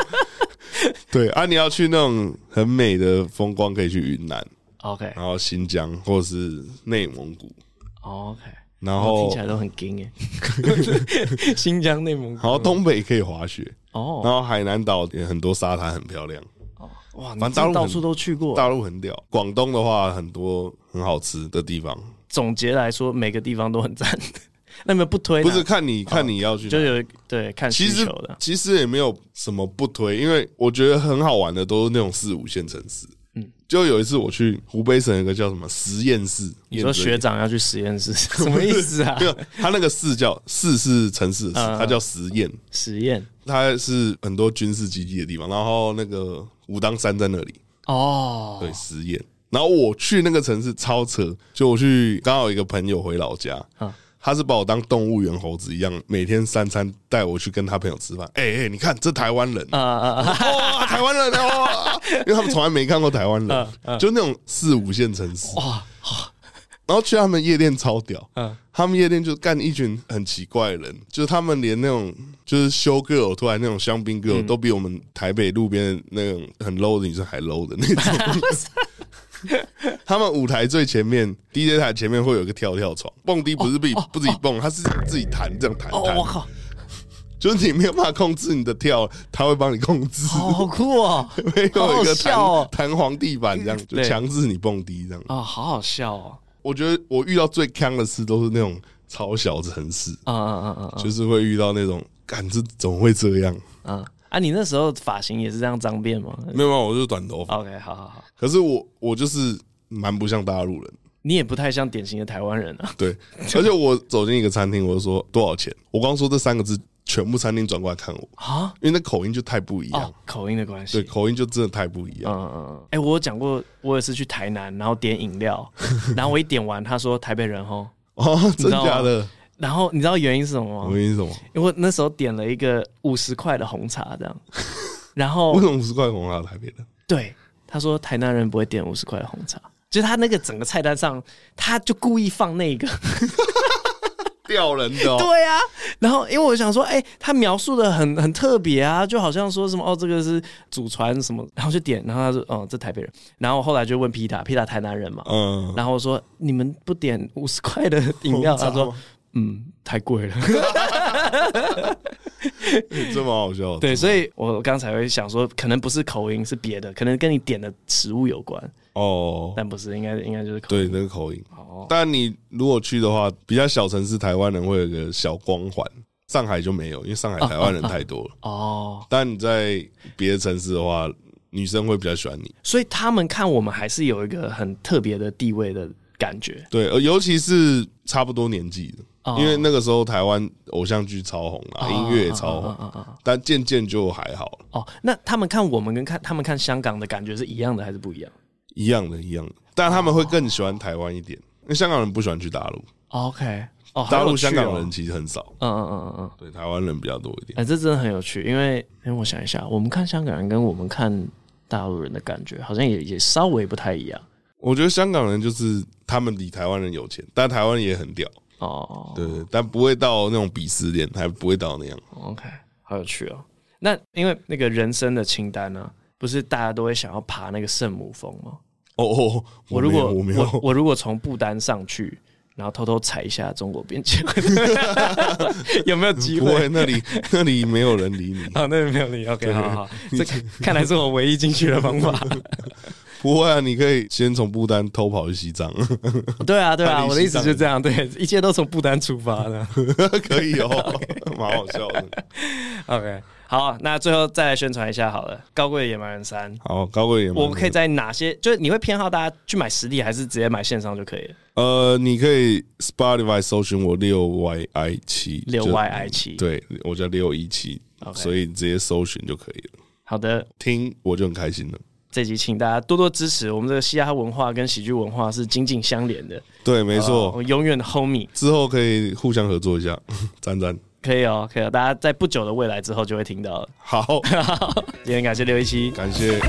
Speaker 2: 对啊，你要去那种很美的风光，可以去云南，
Speaker 3: OK
Speaker 2: 然后新疆或者是内蒙古，
Speaker 3: OK，
Speaker 2: 然
Speaker 3: 我哦听
Speaker 2: 后
Speaker 3: 起来
Speaker 2: 然
Speaker 3: 都很 惊哎。新疆、内蒙古
Speaker 2: 后东北可以滑雪，然
Speaker 3: 嗯哦
Speaker 2: 后海南岛也很多沙滩，很漂亮。
Speaker 3: 哇，你
Speaker 2: 反正大陆
Speaker 3: 真的到
Speaker 2: 很
Speaker 3: 处都去过。
Speaker 2: 大陆很屌，广东的话很多很好吃的地方，
Speaker 3: 总结来说，每个地方都很赞。那有没有不推
Speaker 2: 不
Speaker 3: 呢？
Speaker 2: 是看你看你要去
Speaker 3: 哦就
Speaker 2: 哪。
Speaker 3: 有对看需
Speaker 2: 其实
Speaker 3: 求的
Speaker 2: 其实也没有什么不推，因为我觉得很好玩的都是那种四五线城市。嗯，就有一次我去湖北省有一个叫什么实验室，
Speaker 3: 你
Speaker 2: 验
Speaker 3: 说
Speaker 2: 证
Speaker 3: 学长要去实验 室，什么意思啊
Speaker 2: 没？有，他那个市叫市是城市的市，
Speaker 3: 嗯
Speaker 2: 它叫实验，
Speaker 3: 实验
Speaker 2: 它是很多军事基地的地方，然后那个武当山在那里，
Speaker 3: 哦，
Speaker 2: 对，实验。然后我去那个城市超扯，就我去刚好有一个朋友回老家
Speaker 3: 嗯，
Speaker 2: 他是把我当动物园猴子一样，每天三餐带我去跟他朋友吃饭。哎哎，你看这台湾人，
Speaker 3: 啊啊啊！
Speaker 2: 哇，台湾人啊 哇，因为他们从来没看过台湾人
Speaker 3: 嗯，嗯
Speaker 2: 就那种四五线城市
Speaker 3: 哇。
Speaker 2: 然后去他们夜店超屌，
Speaker 3: 嗯
Speaker 2: 他们夜店就干一群很奇怪的人，就是他们连那种就是修 girl 突然那种香槟
Speaker 3: 嗯
Speaker 2: girl、都比我们台北路边的那种很 low 的女生还 low 的那 种。他们舞台最前面 DJ 台前面会有一个跳跳床，蹦迪不是自己、不自己蹦，他是自己弹这样弹
Speaker 3: 哦，
Speaker 2: 弹，
Speaker 3: 我靠，
Speaker 2: 就是你没有办法控制你的跳，他会帮你控制，
Speaker 3: 好好酷哦！
Speaker 2: 没有一个弹
Speaker 3: 好好笑哦
Speaker 2: 弹簧地板这样，就
Speaker 3: 对
Speaker 2: 强制你蹦迪这样。
Speaker 3: 啊，好好笑哦！
Speaker 2: 我觉得我遇到最坑的事都是那种超小城市，
Speaker 3: 啊啊啊啊
Speaker 2: 就是会遇到那种，干这怎么会这样？
Speaker 3: 啊啊！啊，你那时候发型也是这样脏辫吗
Speaker 2: 没有没有，我就是短头发，
Speaker 3: ？OK，好好好，
Speaker 2: 可是我我就是蛮不像大陆人，
Speaker 3: 你也不太像典型的台湾人啊。
Speaker 2: 对， 而且我走进一个餐厅，我就说多少钱，我光说这三个字，全部餐厅转过来看我，
Speaker 3: 啊，
Speaker 2: 因为那口音就太不一样
Speaker 3: 哦，，口音的关
Speaker 2: 对，
Speaker 3: 系。
Speaker 2: 口音就真的太不一
Speaker 3: 嗯
Speaker 2: 样，
Speaker 3: 嗯嗯，哎，我有讲过，我有一次去台南，然后点 饮料，然后我一点完，他说台北人哦，
Speaker 2: 哦，真
Speaker 3: 知道吗哦
Speaker 2: 假的？
Speaker 3: 然后你知道原因是什么
Speaker 2: 我
Speaker 3: 吗？
Speaker 2: 跟你说什么？
Speaker 3: 因为我那时候点了一个五十块的红茶，这 样，然后
Speaker 2: 为什么五十块红啊？台北的？
Speaker 3: 对，他说台南人不会点五十块的红茶，就是他那个整个菜单上，他就故意放那个，
Speaker 2: 哦吊人的、哦，
Speaker 3: 对啊，然后因为我想说，哎、他描述的很很特别啊，就好像说什么哦，这个是祖传什么，然后就点，然后他说，哦，这台北人，然后后来就问皮塔，皮塔台南人嘛，
Speaker 2: 嗯，
Speaker 3: 然后我说你们不点五十块的饮 料，
Speaker 2: 红茶
Speaker 3: 他说
Speaker 2: 吗
Speaker 3: 嗯太贵了，
Speaker 2: 这蛮好笑的。
Speaker 3: 对，所以我刚才会想说，可能不是口音，是别的，可能跟你点的食物有关，
Speaker 2: 哦，
Speaker 3: 但不是，应该应该就是口
Speaker 2: 对，
Speaker 3: 音。
Speaker 2: 那个口音。
Speaker 3: 哦，
Speaker 2: 但你如果去的话，比较小城市，台湾人会有个小光环，上海就没有，因为上海台湾人太多了。
Speaker 3: 哦，
Speaker 2: 但你在别的城市的话，女生会比较喜欢你。
Speaker 3: 所以他们看我们还是有一个很特别的地位的感觉。
Speaker 2: 对，呃尤其是差不多年纪的，
Speaker 3: 哦
Speaker 2: 因为那个时候台湾偶像剧超红啊，音乐也超
Speaker 3: 啊
Speaker 2: 红，
Speaker 3: 啊啊！
Speaker 2: 但渐渐就还好了，
Speaker 3: 哦，那他们看我们跟看他们看香港的感觉是一样的还是不一样
Speaker 2: 一样的，一样的。但他们会更喜欢台湾一点，因为香港人不喜欢去大陆，
Speaker 3: ？OK，哦，
Speaker 2: 大
Speaker 3: 好
Speaker 2: 陆
Speaker 3: 有趣哦
Speaker 2: 香港人，其实很少，
Speaker 3: 嗯嗯嗯嗯嗯，
Speaker 2: 对台湾人比较多一点。
Speaker 3: 哎，这真的很有趣，因为因为我想一下，我们看香港人跟我们看大陆人的感觉，好像也也稍微不太一样。
Speaker 2: 我觉得香港人就是他们比台湾人有钱，但台湾也很屌，
Speaker 3: 哦，
Speaker 2: 对，但不会到那种鄙视链，还不会到那样。
Speaker 3: OK，好有趣哦。那因为那个人生的清单呢、不是大家都会想要爬那个圣母峰吗？
Speaker 2: 哦哦，
Speaker 3: 我
Speaker 2: 没
Speaker 3: 如
Speaker 2: 有
Speaker 3: 果
Speaker 2: 我没
Speaker 3: 我
Speaker 2: 有，
Speaker 3: 我如果从不丹上去，然后偷偷踩一下中国边境， 有没有机
Speaker 2: 不
Speaker 3: 会？
Speaker 2: 会， 那里那里没有人理你，
Speaker 3: 啊，那没有你 OK，好好，好这个看来是我唯一进去的方法。
Speaker 2: 不会啊，你可以先从不丹偷跑去西藏。
Speaker 3: 对啊，对
Speaker 2: 他
Speaker 3: 啊，
Speaker 2: 离
Speaker 3: 我的意
Speaker 2: 西
Speaker 3: 思
Speaker 2: 藏
Speaker 3: 就
Speaker 2: 很
Speaker 3: 这样，对，一切都从不丹出发的。
Speaker 2: 可以 哦，蛮好笑的。
Speaker 3: OK，好，那最后再来宣传一下好了，《高贵的野蛮人三》，
Speaker 2: 好，高贵也蛮
Speaker 3: 我们可以在哪些？就是你会偏好大家去买实体，还是直接买线上就可以了？
Speaker 2: 呃，你可以 Spotify 搜寻我六 Y I 七
Speaker 3: 六 Y I 七。
Speaker 2: 对我叫六一七，
Speaker 3: OK
Speaker 2: 所以直接搜寻就可以了。
Speaker 3: 好的，
Speaker 2: 听我就很开心了。
Speaker 3: 这集请大家多多支持，我们这个嘻哈文化跟喜剧文化是紧紧相连的，
Speaker 2: 对，没
Speaker 3: 我
Speaker 2: 错，
Speaker 3: 们永远的 homie，
Speaker 2: 之后可以互相合作一下， 赞赞。
Speaker 3: 可以哦，可以哦，大家在不久的未来之后就会听到了。
Speaker 2: 好，
Speaker 3: 今天感谢六一七，
Speaker 2: 感谢。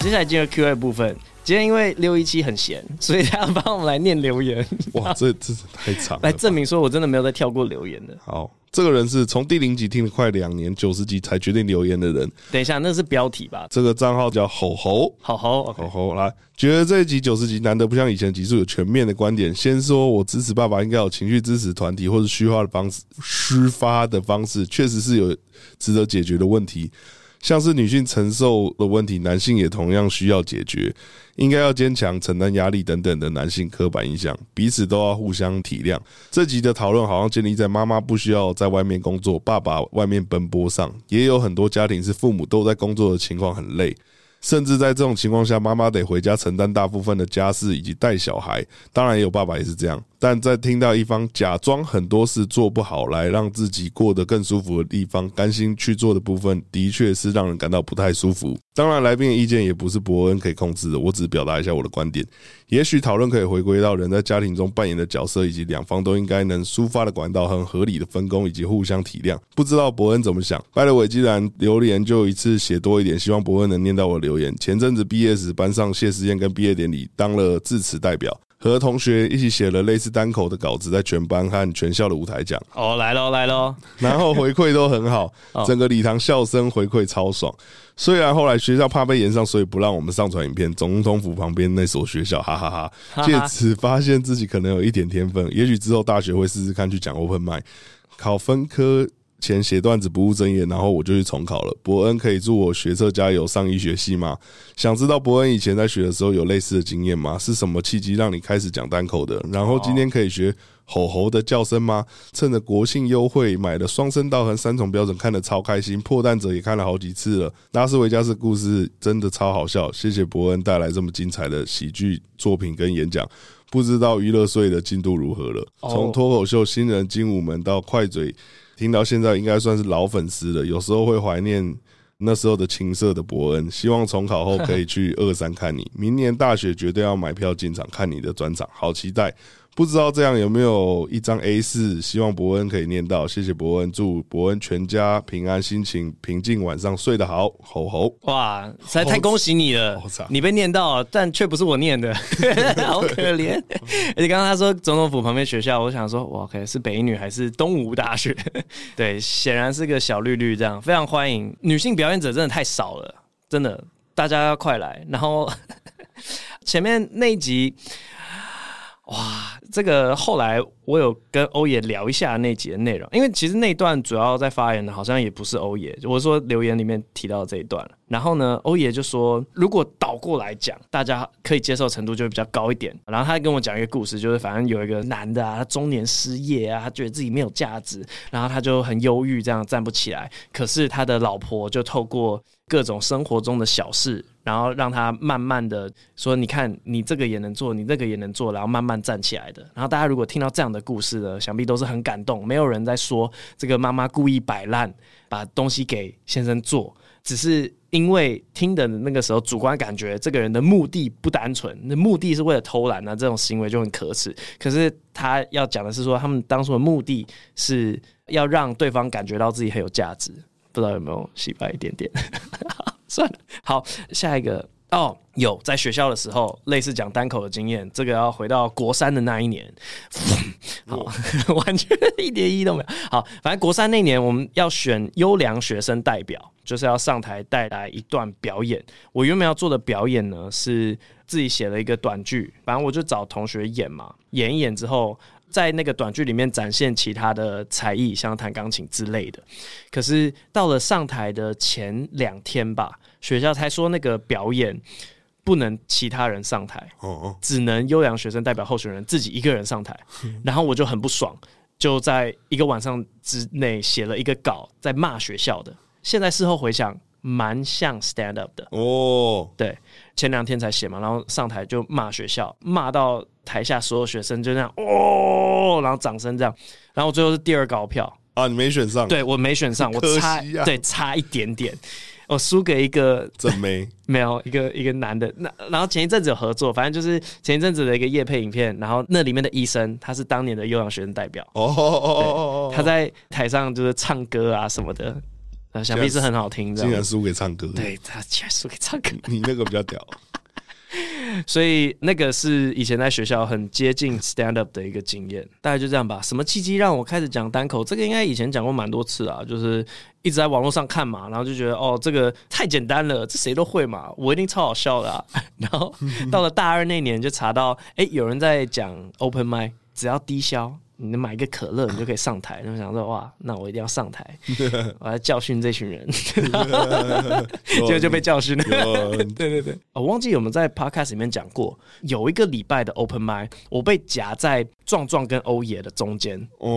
Speaker 3: 接下来进入 Q&A 部分。今天因为六一七很闲，所以他帮我们来念留言，
Speaker 2: 哇，这这太长了。
Speaker 3: 来证明说我真的没有在跳过留言的。
Speaker 2: 好，这个人是从第零集听了快两年，九十集才决定留言的人。
Speaker 3: 等一下，那是标题吧？
Speaker 2: 这个账号叫吼吼。
Speaker 3: 好好，OK，
Speaker 2: 吼吼来，觉得这一集九十集难得不像以前集数有全面的观点。先说我支持爸爸应该有情绪支持团体或者虚化的方式，虚发的方式确实是有值得解决的问题，像是女性承受的问题，男性也同样需要解决，应该要坚强承担压力等等的男性刻板印象，彼此都要互相体谅。这集的讨论好像建立在妈妈不需要在外面工作，爸爸外面奔波上，也有很多家庭是父母都在工作的情况很累。甚至在这种情况下，妈妈得回家承担大部分的家事以及带小孩。当然，也有爸爸也是这样。但在听到一方假装很多事做不好来让自己过得更舒服的地方，甘心去做的部分，的确是让人感到不太舒服。当然，来宾的意见也不是伯恩可以控制的，我只是表达一下我的观点。也许讨论可以回归到人在家庭中扮演的角色，以及两方都应该能抒发的管道和合理的分工，以及互相体谅。不知道伯恩怎么想？拜了伟，既然留言就一次写多一点，希望伯恩能念到我的留言。前阵子毕业时，班上谢师宴跟毕业典礼当了致辞代表，和同学一起写了类似单口的稿子，在全班和全校的舞台讲。
Speaker 3: 哦，来喽，来喽，
Speaker 2: 然后回馈都很好
Speaker 3: 哦，
Speaker 2: 整个礼堂笑声回馈超爽。虽然后来学校怕被延上，所以不让我们上传影片。总统府旁边那所学校，哈哈哈
Speaker 3: 哈
Speaker 2: 借此发现自己可能有一点天分，也许之后大学会试试看去讲 open mic。考分科前写段子不务正业，然后我就去重考了。伯恩可以祝我学测加油，上医学系吗？想知道伯恩以前在学的时候有类似的经验吗？是什么契机让你开始讲单口的？然后今天可以学吼吼的叫声吗？趁着国庆优惠买了双声道和三重标准，看得超开心。破蛋者也看了好几次了。拉斯维加斯故事真的超好笑，谢谢伯恩带来这么精彩的喜剧作品跟演讲。不知道娱乐税的进度如何了？
Speaker 3: 哦
Speaker 2: 从脱口秀新人精武门到快嘴，听到现在应该算是老粉丝了。有时候会怀念那时候的青涩的伯恩，希望重考后 可以去二三看你。明年大学绝对要买票进场看你的专场，好期待！不知道这样有没有一张 A 四？希望伯恩可以念到，谢谢伯恩，祝伯恩全家平安，心情平静，晚上睡得好，吼吼。
Speaker 3: 哇，实在太恭喜你了
Speaker 2: 好惨！
Speaker 3: 你被念到，但却不是我 念的，好可怜。而且刚刚他说总统府旁边学校，我想说，哇，OK，是北一女还是东吴大学？ 对，显然是个小绿绿这样，非常欢迎女性表演者，真的太少了，真的，大家要快来。然后 前面那一集。哇，这个后来我有跟欧爷聊一下那集的内容，因为其实那段主要在发言的，好像也不是欧爷，我是说留言里面提到这一段了。然后呢，欧爷就说，如果倒过来讲，大家可以接受程度就会比较高一点。然后他还跟我讲一个故事，就是反正有一个男的啊，他中年失业啊，他觉得自己没有价值，然后他就很忧郁，这样站不起来。可是他的老婆就透过各种生活中的小事，然后让他慢慢的说：“你看，你这个也能做，你那个也能做，然后慢慢站起来的。”然后大家如果听到这样的故事呢，想必都是很感动。没有人在说这个妈妈故意摆烂，把东西给先生做，只是因为听的那个时候主观感觉，这个人的目的不单纯，那目的是为了偷懒啊，这种行为就很可耻。可是他要讲的是说，他们当初的目的是要让对方感觉到自己很有价值。不知道有没有洗白一点 点？算了，好，下一个哦，有在学校的时候类似讲单口的经验，这个要回到国三的那一年，好，完全 一点意义都没有。好，反正国三那年我们要选优良学生代表，就是要上台带来一段表演。我原本要做的表演呢是自己写了一个短剧，反正我就找同学演嘛，演一演之后。在那个短剧里面展现其他的才艺，像弹钢琴之类的。可是到了上台的前两天吧，学校才说那个表演不能其他人上台，
Speaker 2: 哦哦，
Speaker 3: 只能优良学生代表候选人自己一个人上台，然后我就很不爽，就在一个晚上之内写了一个稿，在骂学校的。现在事后回想，蛮像 stand up 的。
Speaker 2: 哦，
Speaker 3: 对，前两天才写嘛，然后上台就骂学校，骂到台下所有学生就那样哦，然后掌声这样，然后最后是第二高票，
Speaker 2: 啊，你没选上，，
Speaker 3: 对我没选上，我
Speaker 2: 可惜
Speaker 3: 差、
Speaker 2: 啊
Speaker 3: 对差一点点，我输给一个
Speaker 2: 真 没，
Speaker 3: 没有一个一个男的，那然后前一阵子有合作，反正就是前一阵子的一个夜配影片，然后那里面的医生他是当年的优良学生代表，
Speaker 2: 哦哦哦哦哦哦，
Speaker 3: 他在台上就是唱歌啊什么的，呃想必是很好听这
Speaker 2: 竟然
Speaker 3: 样。
Speaker 2: 输给唱歌，，
Speaker 3: 对他竟然输给唱歌，
Speaker 2: 你那个比较屌，
Speaker 3: 所以那个是以前在学校很接近 stand up 的一个经验，大概就这样吧。什么契机让我开始讲单口？这个应该以前讲过蛮多次啊，就是一直在网络上看嘛，然后就觉得哦，这个太简单了，这谁都会嘛，我一定超好笑的、啊。 然后到了大二那年，就查到哎、诶有人在讲 open mic，只要低消。你买一个可乐，你就可以上台。然后想说，哇，那我一定要上台，我要教训这群人，
Speaker 2: 哦
Speaker 3: 结 果就被教训了。
Speaker 2: 有
Speaker 3: 对对对，我哦忘记有没有在 podcast 里面讲过，有一个礼拜的 open m i d 我被夹在壮壮跟欧爷的中间，
Speaker 2: 哦，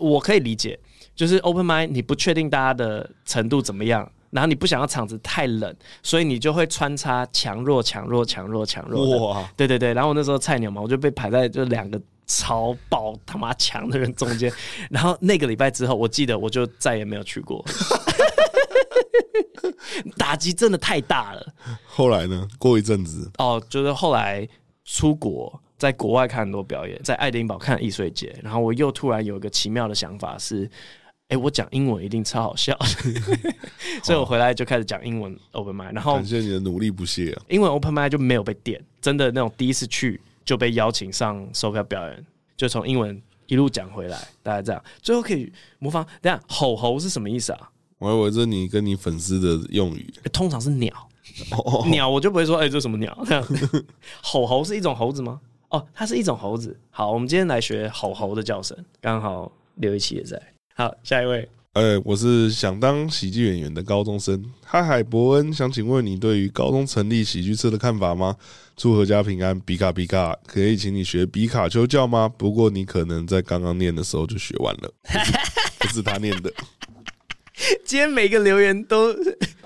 Speaker 3: 我可以理解，就是 open m i d 你不确定大家的程度怎么样，然后你不想要场子太冷，所以你就会穿插强弱、强弱、强弱、强弱的。
Speaker 2: 哇，
Speaker 3: 对对对，然后我那时候菜鸟嘛，我就被排在就两个超爆他妈强的人中间。然后那个礼拜之后，我记得我就再也没有去过， 打击真的太大了。
Speaker 2: 后来呢？过一阵子，
Speaker 3: 哦，就是后来出国，在国外看很多表演，在爱丁堡看易碎节，然后我又突然有一个奇妙的想法是，哎、我讲英文一定超好笑，所以我回来就开始讲英文 open mic，然后
Speaker 2: 感谢你的努力不懈啊，
Speaker 3: 英文 open mic 就没有被点，真的那种第一次去就被邀请上售票表演，就从英文一路讲回来，大概这样，最后可以模仿。等一下吼吼是什么意思啊？
Speaker 2: 我还以为这是你跟你粉丝的用语，
Speaker 3: 诶通常是鸟。
Speaker 2: 哦，
Speaker 3: 鸟我就不会说，哎、这什么鸟？ 这样吼猴是一种猴子吗？哦，它是一种猴子。好，我们今天来学吼猴的叫声，刚好刘一奇也在。好，下一位，
Speaker 2: 呃，我是想当喜剧演员的高中生。嗨海伯恩，想请问你对于高中成立喜剧社的看法吗？祝阖家平安，比卡比卡，可以请你学比卡丘教吗？不过你可能在刚刚念的时候就学完 了，不是他念的，
Speaker 3: 今天每个留言都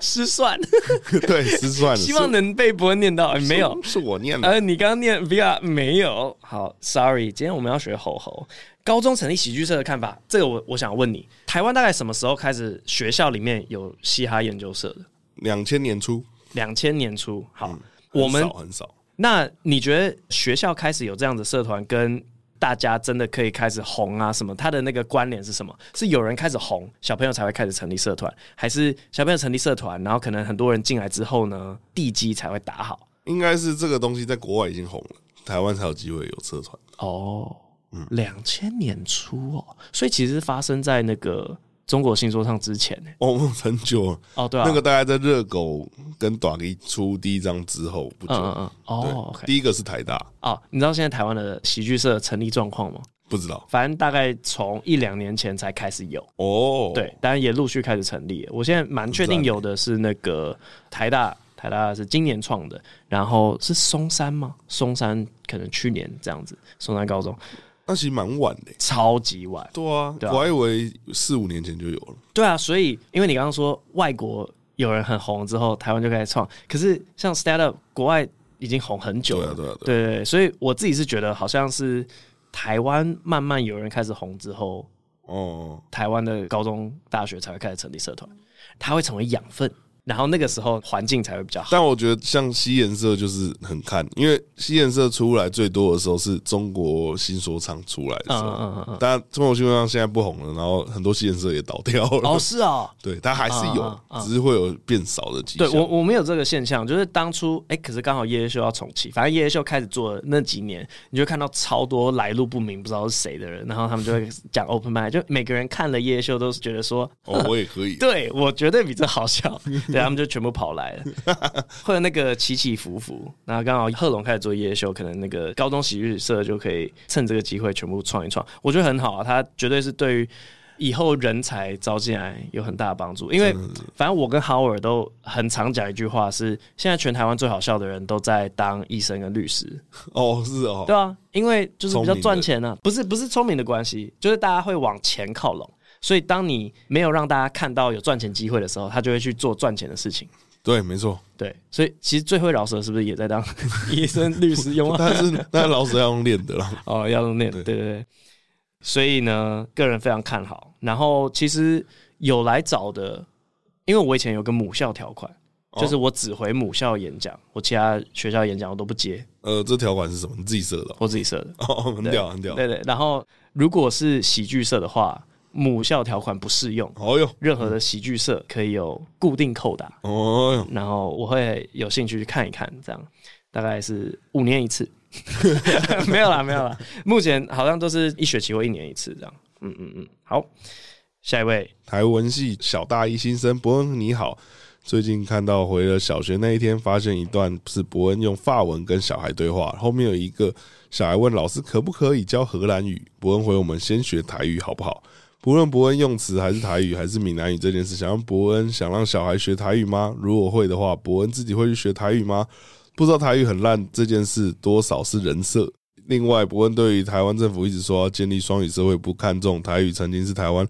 Speaker 3: 失算，
Speaker 2: 嗯对，失算了。
Speaker 3: 希望能被伯恩念到。哎
Speaker 2: 是
Speaker 3: 没有，
Speaker 2: 是是我念的。
Speaker 3: 呃，你刚刚念 VR 没有？好，sorry，今天我们要学吼吼。高中成立喜剧社的看法，这个我我想问你，台湾大概什么时候开始学校里面有嘻哈研究社的？
Speaker 2: 两千年初，
Speaker 3: 两千年初。好，
Speaker 2: 嗯很
Speaker 3: 我们
Speaker 2: 少很少，
Speaker 3: 那你觉得学校开始有这样的社团，跟大家真的可以开始红啊什么？它的那个关联是什么？是有人开始红，小朋友才会开始成立社团，还是小朋友成立社团，然后可能很多人进来之后
Speaker 2: 嗯
Speaker 3: 呢，地基才会打好？
Speaker 2: 应该是这个东西在国外已经红了，台湾才有机会有社团。
Speaker 3: 哦，
Speaker 2: 嗯
Speaker 3: 两千年初哦，所以其实发生在那个中国新说唱之前呢。
Speaker 2: 哦，很久了，
Speaker 3: 哦，对啊，
Speaker 2: 那个大概在热狗跟短笛出第一张之后不
Speaker 3: 嗯嗯
Speaker 2: 久。
Speaker 3: 嗯，
Speaker 2: 对
Speaker 3: 哦，OK，
Speaker 2: 第一个是台大，
Speaker 3: 哦，你知道现在台湾的喜剧社的成立状况吗？
Speaker 2: 不知道
Speaker 3: 反正大概从一两年前才开始有，
Speaker 2: 哦。
Speaker 3: 对，当然也陆续开始成立了。我现在蛮确定有的是那个台大，台大是今年创的，然后是松山吗？松山可能去年这样子，松山高中
Speaker 2: 那其实蛮晚的欸。
Speaker 3: 超级晚，
Speaker 2: 对啊，
Speaker 3: 对啊
Speaker 2: 我还以为四五年前就有了。
Speaker 3: 对啊，所以因为你刚刚说外国有人很红之后，台湾就开始创，可是像 stand up 国外已经红很久
Speaker 2: 对
Speaker 3: 了
Speaker 2: 啊，，对啊，对啊。
Speaker 3: 对对对，所以我自己是觉得好像是台湾慢慢有人开始红之后，
Speaker 2: 哦，
Speaker 3: 台湾的高中、大学才会开始成立社团，它会成为养分，然后那个时候环境才会比较好。
Speaker 2: 但我觉得像西颜色就是很看，因为西颜色出来最多的时候是中国新说唱出来的
Speaker 3: 嗯
Speaker 2: 时
Speaker 3: 嗯
Speaker 2: 候，
Speaker 3: 嗯嗯
Speaker 2: 但中国新说唱现在不红了，然后很多西颜色也倒掉
Speaker 3: 嗯，哦
Speaker 2: 了。
Speaker 3: 是哦，
Speaker 2: 对，它还是有
Speaker 3: 嗯嗯，嗯
Speaker 2: 只是会有变少的迹
Speaker 3: 对
Speaker 2: 象。
Speaker 3: 我我们有这个现象，就是当初哎、可是刚好夜夜秀要重启，反正夜夜秀开始做的那几年，你就看到超多来路不明、不知道是谁的人，然后他们就会讲 open mic，就每个人看了夜夜秀都是觉得说，
Speaker 2: 哦，我也可以。
Speaker 3: 对我绝对比这好笑，对他们就全部跑来了，会有那个起起伏伏。那刚好贺龙开始做夜秀，可能那个高中喜剧社就可以趁这个机会全部创一创，我觉得很好啊，他绝对是对于。以后人才招进来有很大的帮助，因为反正我跟 Howard 都很常讲一句话是，现在全台湾最好笑的人都在当医生跟律师，
Speaker 2: 哦，是哦，
Speaker 3: 对啊，因为就是比
Speaker 2: 聪
Speaker 3: 较
Speaker 2: 明的
Speaker 3: 赚钱啊，不是不是聪明的关系，就是大家会往钱靠拢。所以当你没有让大家看到有赚钱机会的时候，他就会去做赚钱的事情。
Speaker 2: 对，没错。
Speaker 3: 对，所以其实最会饶舌是不是也在当 医生、律师用啊？
Speaker 2: 但是那老师要用练的啦。
Speaker 3: 哦，要用那对对对。所以呢，个人非常看好。然后其实有来找的，因为我以前有个母校条款，就是我只回母校演讲，我其他学校演讲我都不接，
Speaker 2: 呃，这条款是什么？你自己设的哦
Speaker 3: 我自己设的。
Speaker 2: 哦，很屌，很屌。
Speaker 3: 对对，然后如果是喜剧社的话，母校条款不适用，
Speaker 2: 哦哟，
Speaker 3: 任何的喜剧社可以有固定扣打。
Speaker 2: 哦哟，
Speaker 3: 然后我会有兴趣去看一看，这样大概是五年一次， 没有啦，没有啦，目前好像都是一学期或一年一次这样。嗯嗯嗯，好，下一位
Speaker 2: 台文系小大一新生伯恩你好，最近看到回了小学那一天，发现一段是伯恩用法文跟小孩对话，后面有一个小孩问老师可不可以教荷兰语，伯恩回我们先学台语好不好？不论伯恩用词还是台语还是闽南语这件事，想让伯恩想让小孩学台语吗？如果会的话，伯恩自己会去学台语吗？不知道台语很烂这件事多少是人设。另外，伯恩对于台湾政府一直说要建立双语社会，不看重台语曾经是台湾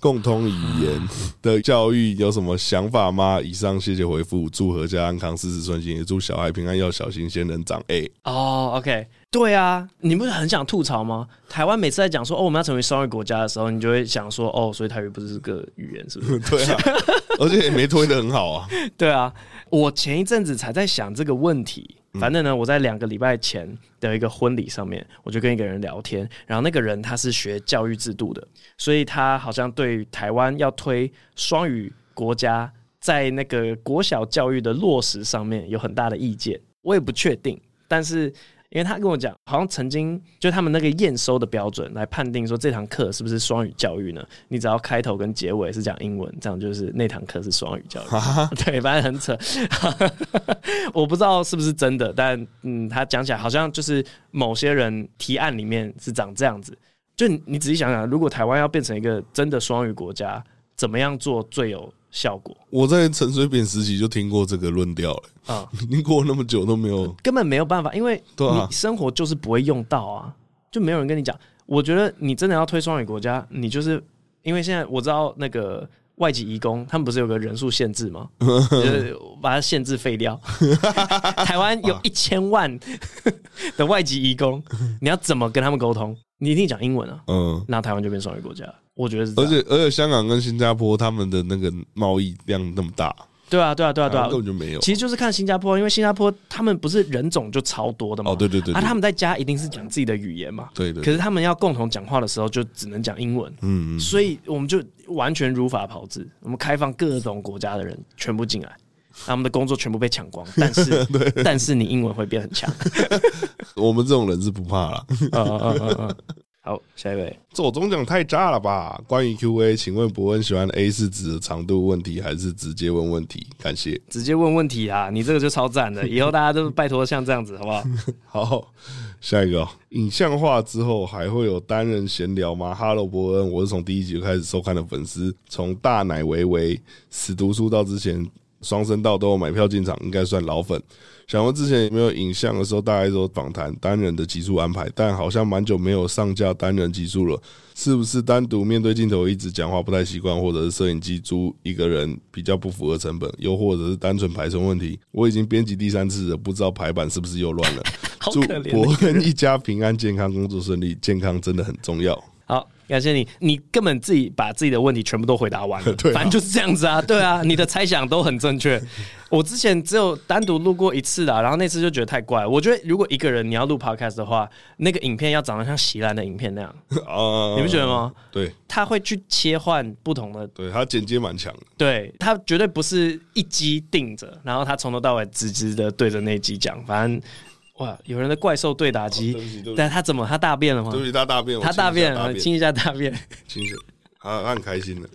Speaker 2: 共通语言的教育有什么想法吗？以上谢谢回复，祝阖家安康，事事顺心，也祝小孩平安，要小心，仙人掌。哎、
Speaker 3: 哦，OK，对啊，你不是很想吐槽吗？台湾每次在讲说哦我们要成为双语国家的时候，你就会想说哦，所以台语不是个语言，是不是？
Speaker 2: 对啊，而且也没推的很好啊。
Speaker 3: 对啊，我前一阵子才在想这个问题。反正呢，我在两个礼拜前的一个婚礼上面，我就跟一个人聊天，然后那个人他是学教育制度的，所以他好像对于台湾要推双语国家在那个国小教育的落实上面有很大的意见。我也不确定，但是因为他跟我讲，好像曾经就他们那个验收的标准来判定说这堂课是不是双语教育呢？你只要开头跟结尾是讲英文，这样就是那堂课是双语教育。 对，反正很扯，我不知道是不是真的，但嗯，他讲起来好像就是某些人提案里面是长这样子。就你你仔细想想，如果台湾要变成一个真的双语国家，怎么样做最有效果？
Speaker 2: 我在陈水扁时期就听过这个论调了、
Speaker 3: 啊、
Speaker 2: 已经过那么久都没有。
Speaker 3: 根本没有办法，因为
Speaker 2: 对啊
Speaker 3: 你生活就是不会用到啊，就没有人跟你讲。我觉得你真的要推双语国家，你就是因为现在我知道那个外籍移工，他们不是有个人数限制 吗？就是把它限制废掉。台湾有一千万的外籍移工，你要怎么跟他们沟通？你一定讲英文啊，
Speaker 2: 嗯，
Speaker 3: 那台湾就变双语国家了。我觉得是这
Speaker 2: 而
Speaker 3: 样，
Speaker 2: 且而且香港跟新加坡他们的那个贸易量那么大，
Speaker 3: 对啊，对啊，对啊，对啊
Speaker 2: 根，本就没有。
Speaker 3: 其实就是看新加坡，因为新加坡他们不是人种就超多的嘛。
Speaker 2: 哦对对对
Speaker 3: 啊，
Speaker 2: 对
Speaker 3: 他们在家一定是讲自己的语言嘛。
Speaker 2: 对对对
Speaker 3: 可是他们要共同讲话的时候，就只能讲英文。
Speaker 2: 嗯，嗯
Speaker 3: 所以我们就完全如法炮制，我们开放各种国家的人全部进来，他们的工作全部被 抢光，但是但是你英文会变很强。
Speaker 2: 我们这种人是不怕啦。
Speaker 3: 嗯嗯嗯嗯嗯。好，下一位，
Speaker 2: 左中奖太炸了吧？关于 Q&A，请问伯恩喜欢 A 是指的长度问题，还是直接问问题？感谢。
Speaker 3: 直接问问题啊！你这个就超赞的，以后大家都拜托像这样子好不好？
Speaker 2: 好，下一个、哦，影像化之后还会有单人闲聊吗？Hello，伯恩，我是从第一集就开始收看的粉丝，从大奶维维死读书到之前双声道都有买票进场，应该算老粉。想问之前有没有影像的时候，大概都访谈单人的集数安排，但好像蛮久没有上架单人集数了，是不是单独面对镜头一直讲话不太习惯，或者是摄影机租一个人比较不符合成本，又或者是单纯排程问题？ 我已经编辑第三次了，不知道排版是不是又乱了。
Speaker 3: 好
Speaker 2: 祝
Speaker 3: 可怜的啊
Speaker 2: 伯恩一家平安健康，工作顺利，健康真的很重要。
Speaker 3: 好，感谢你，你根本自己把自己的问题全部都回答完了，
Speaker 2: 对啊
Speaker 3: 反正就是这样 子啊，对啊，你的猜想都很正确。我之前只有单独录过一次啦，然后那次就觉得太怪了。我觉得如果一个人你要录 podcast 的话，那个影片要长得像席兰的影片那样，
Speaker 2: 啊，
Speaker 3: 你不觉得？吗？
Speaker 2: 对，
Speaker 3: 他会去切换不同的，
Speaker 2: 对他剪接蛮强的。
Speaker 3: 对他绝对不是一击定着，然后他从头到尾直直的对着那一击讲，反正哇，有人的怪兽对打
Speaker 2: 哦对不起
Speaker 3: 机
Speaker 2: 对不起，
Speaker 3: 但他怎么他大便了吗
Speaker 2: 对？不起，他大便，我
Speaker 3: 他大便
Speaker 2: 大
Speaker 3: 了，
Speaker 2: 便，
Speaker 3: 亲一下大便。
Speaker 2: 清醒，他他很开心的。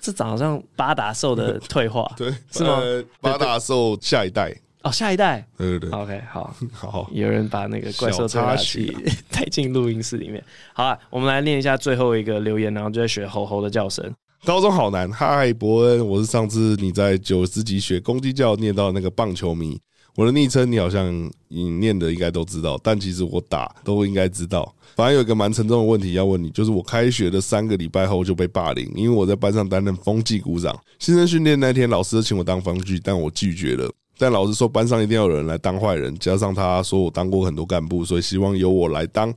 Speaker 3: 这长得像巴达 兽的退化，
Speaker 2: 对，
Speaker 3: 是吗？
Speaker 2: 呃八大兽下一代，
Speaker 3: 哦，下一代
Speaker 2: 对对对，
Speaker 3: ，OK，好，
Speaker 2: 好，
Speaker 3: 有人把那个怪
Speaker 2: 小
Speaker 3: 兽退
Speaker 2: 插
Speaker 3: 化
Speaker 2: 曲啊
Speaker 3: 器 带进录音室里面。好啊，我们来念一下最后一个留言，然后就在学吼吼的叫声。
Speaker 2: 高中好难。嗨，伯恩，我是上次你在九十集学公鸡叫念到那个棒球迷，我的昵称你好像你念的应该都知道，但其实我打都应该知道。反正有一个蛮沉重的问题要问你，就是我开学的三个礼拜后就被霸凌，因为我在班上担任风纪股长。新生训练那天，老师请我当风纪，但我拒绝了。但老师说班上一定要有人来当坏人，加上他说我当过很多干部，所以希望由我来当。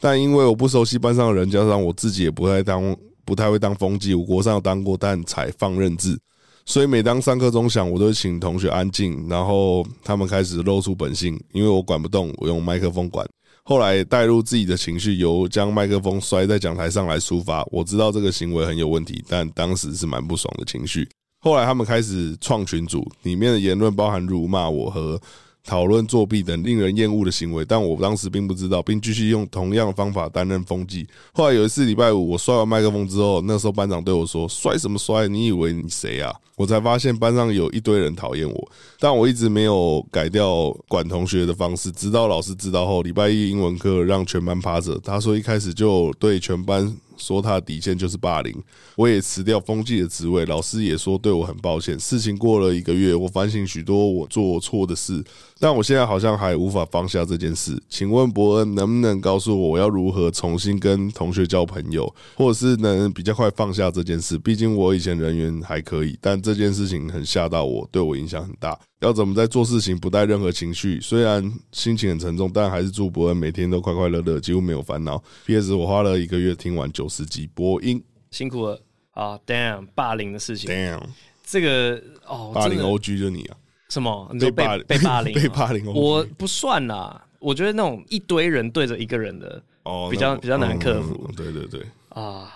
Speaker 2: 但因为我不熟悉班上的人，加上我自己也不太当不太会当风纪，我国上有当过，但才放任制。所以每当上课钟响，我都会请同学安静，然后他们开始露出本性，因为我管不动，我用麦克风管。后来带入自己的情绪，由将麦克风摔在讲台上来抒发。我知道这个行为很有问题，但当时是蛮不爽的情绪。后来他们开始创群组，里面的言论包含辱骂我和讨论作弊等令人厌恶的行为，但我当时并不知道，并继续用同样的方法担任风纪。后来有一次礼拜五，我摔完麦克风之后，那时候班长对我说：“摔什么摔？你以为你谁啊？”我才发现班上有一堆人讨厌我，但我一直没有改掉管同学的方式，直到老师知道后，礼拜一英文课让全班趴着。他说一开始就对全班说他的底线就是霸凌，我也辞掉风纪的职位，老师也说对我很抱歉。事情过了一个月，我反省许多我做错的事，但我现在好像还无法放下这件事。请问伯恩能不能告诉我，我要如何重新跟同学交朋友，或者是能比较快放下这件事？毕竟我以前人缘还可以，但这件事情很吓到我，对我影响很大。要怎么在做事情不带任何情绪？虽然心情很沉重，但还是祝伯恩每天都快快乐乐，几乎没有烦恼。P.S. 我花了一个月听完九十集播音
Speaker 3: 辛苦了啊！Damn，霸凌的事情，
Speaker 2: ，damn，
Speaker 3: 这个哦，
Speaker 2: 霸凌
Speaker 3: 真的
Speaker 2: O.G. 就你啊，
Speaker 3: 什么？你说
Speaker 2: 被霸凌
Speaker 3: 被被霸凌吗，
Speaker 2: 被霸凌哦 OG
Speaker 3: 我不算啦。我觉得那种一堆人对着一个人的
Speaker 2: 哦，
Speaker 3: 比较
Speaker 2: 那
Speaker 3: 比较难克服
Speaker 2: 嗯对对对，
Speaker 3: 啊，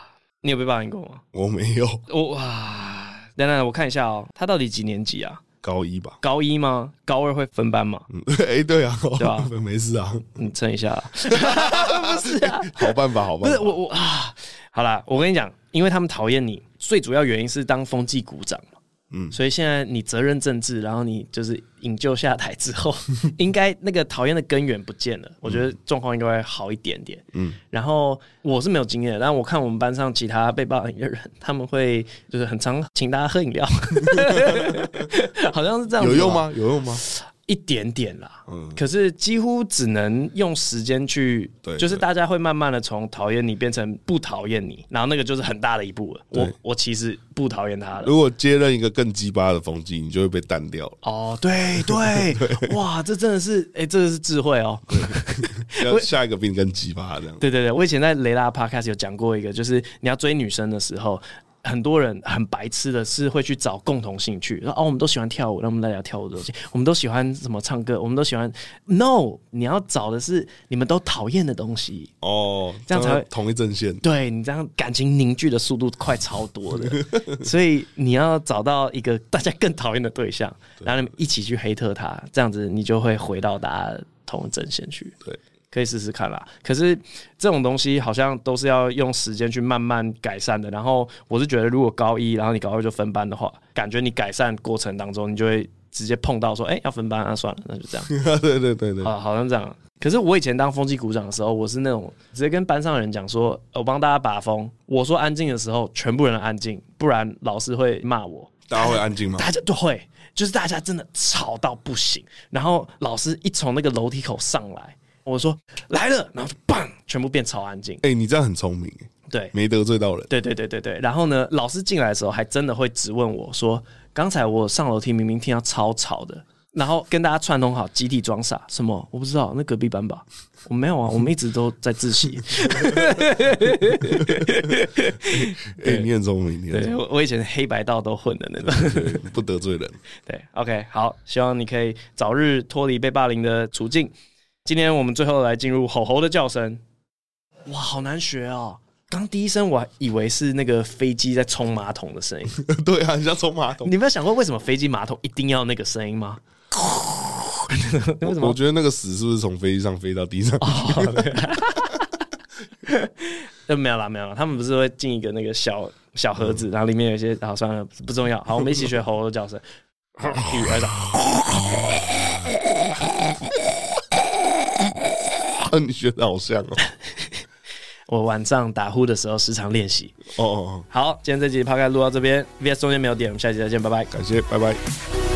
Speaker 3: 你有被霸凌过吗？
Speaker 2: 我没有
Speaker 3: 我哇，等等，我看一下哦，他到底几年级啊？
Speaker 2: 高一吧？
Speaker 3: 高一吗？高二会分班吗？
Speaker 2: 嗯，哎，对啊，
Speaker 3: 对啊
Speaker 2: 没事啊，
Speaker 3: 你称一下啦。
Speaker 2: 好办法，好
Speaker 3: 不
Speaker 2: 办
Speaker 3: 是
Speaker 2: 法。
Speaker 3: 我我啊，好啦，我跟你讲，因为他们讨厌你，最主要原因是当风纪股长
Speaker 2: 嗯
Speaker 3: 嘛。嗯，所以现在你责任政治，然后你就是引咎下台之 后，应该那个讨厌的根源不见了，我觉得状况应该会好一点点。
Speaker 2: 嗯
Speaker 3: 嗯，然后我是没有经验的，但我看我们班上其他被霸凌的人，他们会就是很常请大家喝饮 料，好像是这样，啊
Speaker 2: 有用？吗？有用吗？
Speaker 3: 一点点啦，
Speaker 2: 嗯
Speaker 3: 可是几乎只能用时间去，
Speaker 2: 对
Speaker 3: 就是
Speaker 2: 对
Speaker 3: 大家会慢慢的从讨厌你变成不讨厌你，然后那个就是很大的一步了。我
Speaker 2: 对
Speaker 3: 我其实不讨厌 他了。
Speaker 2: 如果接任一个更鸡巴的风纪，你就会被淡 掉了。
Speaker 3: 哦，对对，哇，这真的是，哎、这个是智慧哦。
Speaker 2: 要下一个比你更鸡巴这样。
Speaker 3: 对对对，我以前在雷拉 podcast 有讲过一个，就是你要追女生的时候，很多人很白痴的是会去找共同兴趣，说哦，我们都喜欢跳舞，那我们来聊跳舞的东西；我们都喜欢什么唱歌，我们都喜欢。No，你要找的是你们都讨厌的东西，
Speaker 2: 哦，
Speaker 3: 这样才会
Speaker 2: 同一阵线。
Speaker 3: 对你这样感情凝聚的速度快超 多的，所以你要找到一个大家更讨厌的对象，然后你们一起去黑特他，这样子你就会回到大家同一阵线去。
Speaker 2: 对，
Speaker 3: 可以试试看啦。可是这种东西好像都是要用时间去慢慢改善的。然后我是觉得，如果高一，然后你高二就分班的话，感觉你改善过程当中，你就会直接碰到说，哎、要分班啊，算了，那就这样。
Speaker 2: 对对对对，
Speaker 3: 啊，好像这样。可是我以前当风纪股长的时候，我是那种直接跟班上的人讲说，呃我帮大家把风，我说安静的时候，全部人安静，不然老师会骂我。
Speaker 2: 大家会安 静吗？
Speaker 3: 大家都会，就是大家真的吵到不行。然后老师一从那个楼梯口上来，我说来了，然后就砰，全部变超安静。
Speaker 2: 哎，你这样很聪明，
Speaker 3: 对，
Speaker 2: 没得罪到人。
Speaker 3: 对对对对对。然后呢，老师进来的时候还真的会质问我说：“刚才我上楼梯明明听到超吵的。”然后跟大家串通好，集体装傻，什么我不知道，那隔壁班吧，我没有啊，我们一直都在自习。
Speaker 2: 哎，你很聪明，你很
Speaker 3: 对我，我以前黑白道都混的那种。
Speaker 2: 聪明对不得罪人。
Speaker 3: 对，OK，好，希望你可以早日脱离被霸凌的处境。今天我们最后来进入吼吼的叫声，哇，好难学哦！刚第一声我还以为是那个飞机在冲马桶的声音，
Speaker 2: 对啊，你像冲马桶。
Speaker 3: 你没有想过为什么飞机马桶一定要那个声音吗？ 为什么哦
Speaker 2: 我觉得那个屎是不是从飞机上飞到地上？
Speaker 3: 呃，没有啦，没有啦，他们不是会进一个那个小小盒子，然后里面有一些，好算了，不重要。好，我们一起学猴的叫声。比如来讲
Speaker 2: 你学的好像哦。
Speaker 3: 我晚上打呼的时候时常练习。
Speaker 2: 哦哦，哦
Speaker 3: 好，今天这集抛开录到这边，VS 中间没有点，我们下集再见，拜拜。
Speaker 2: 感谢，拜拜。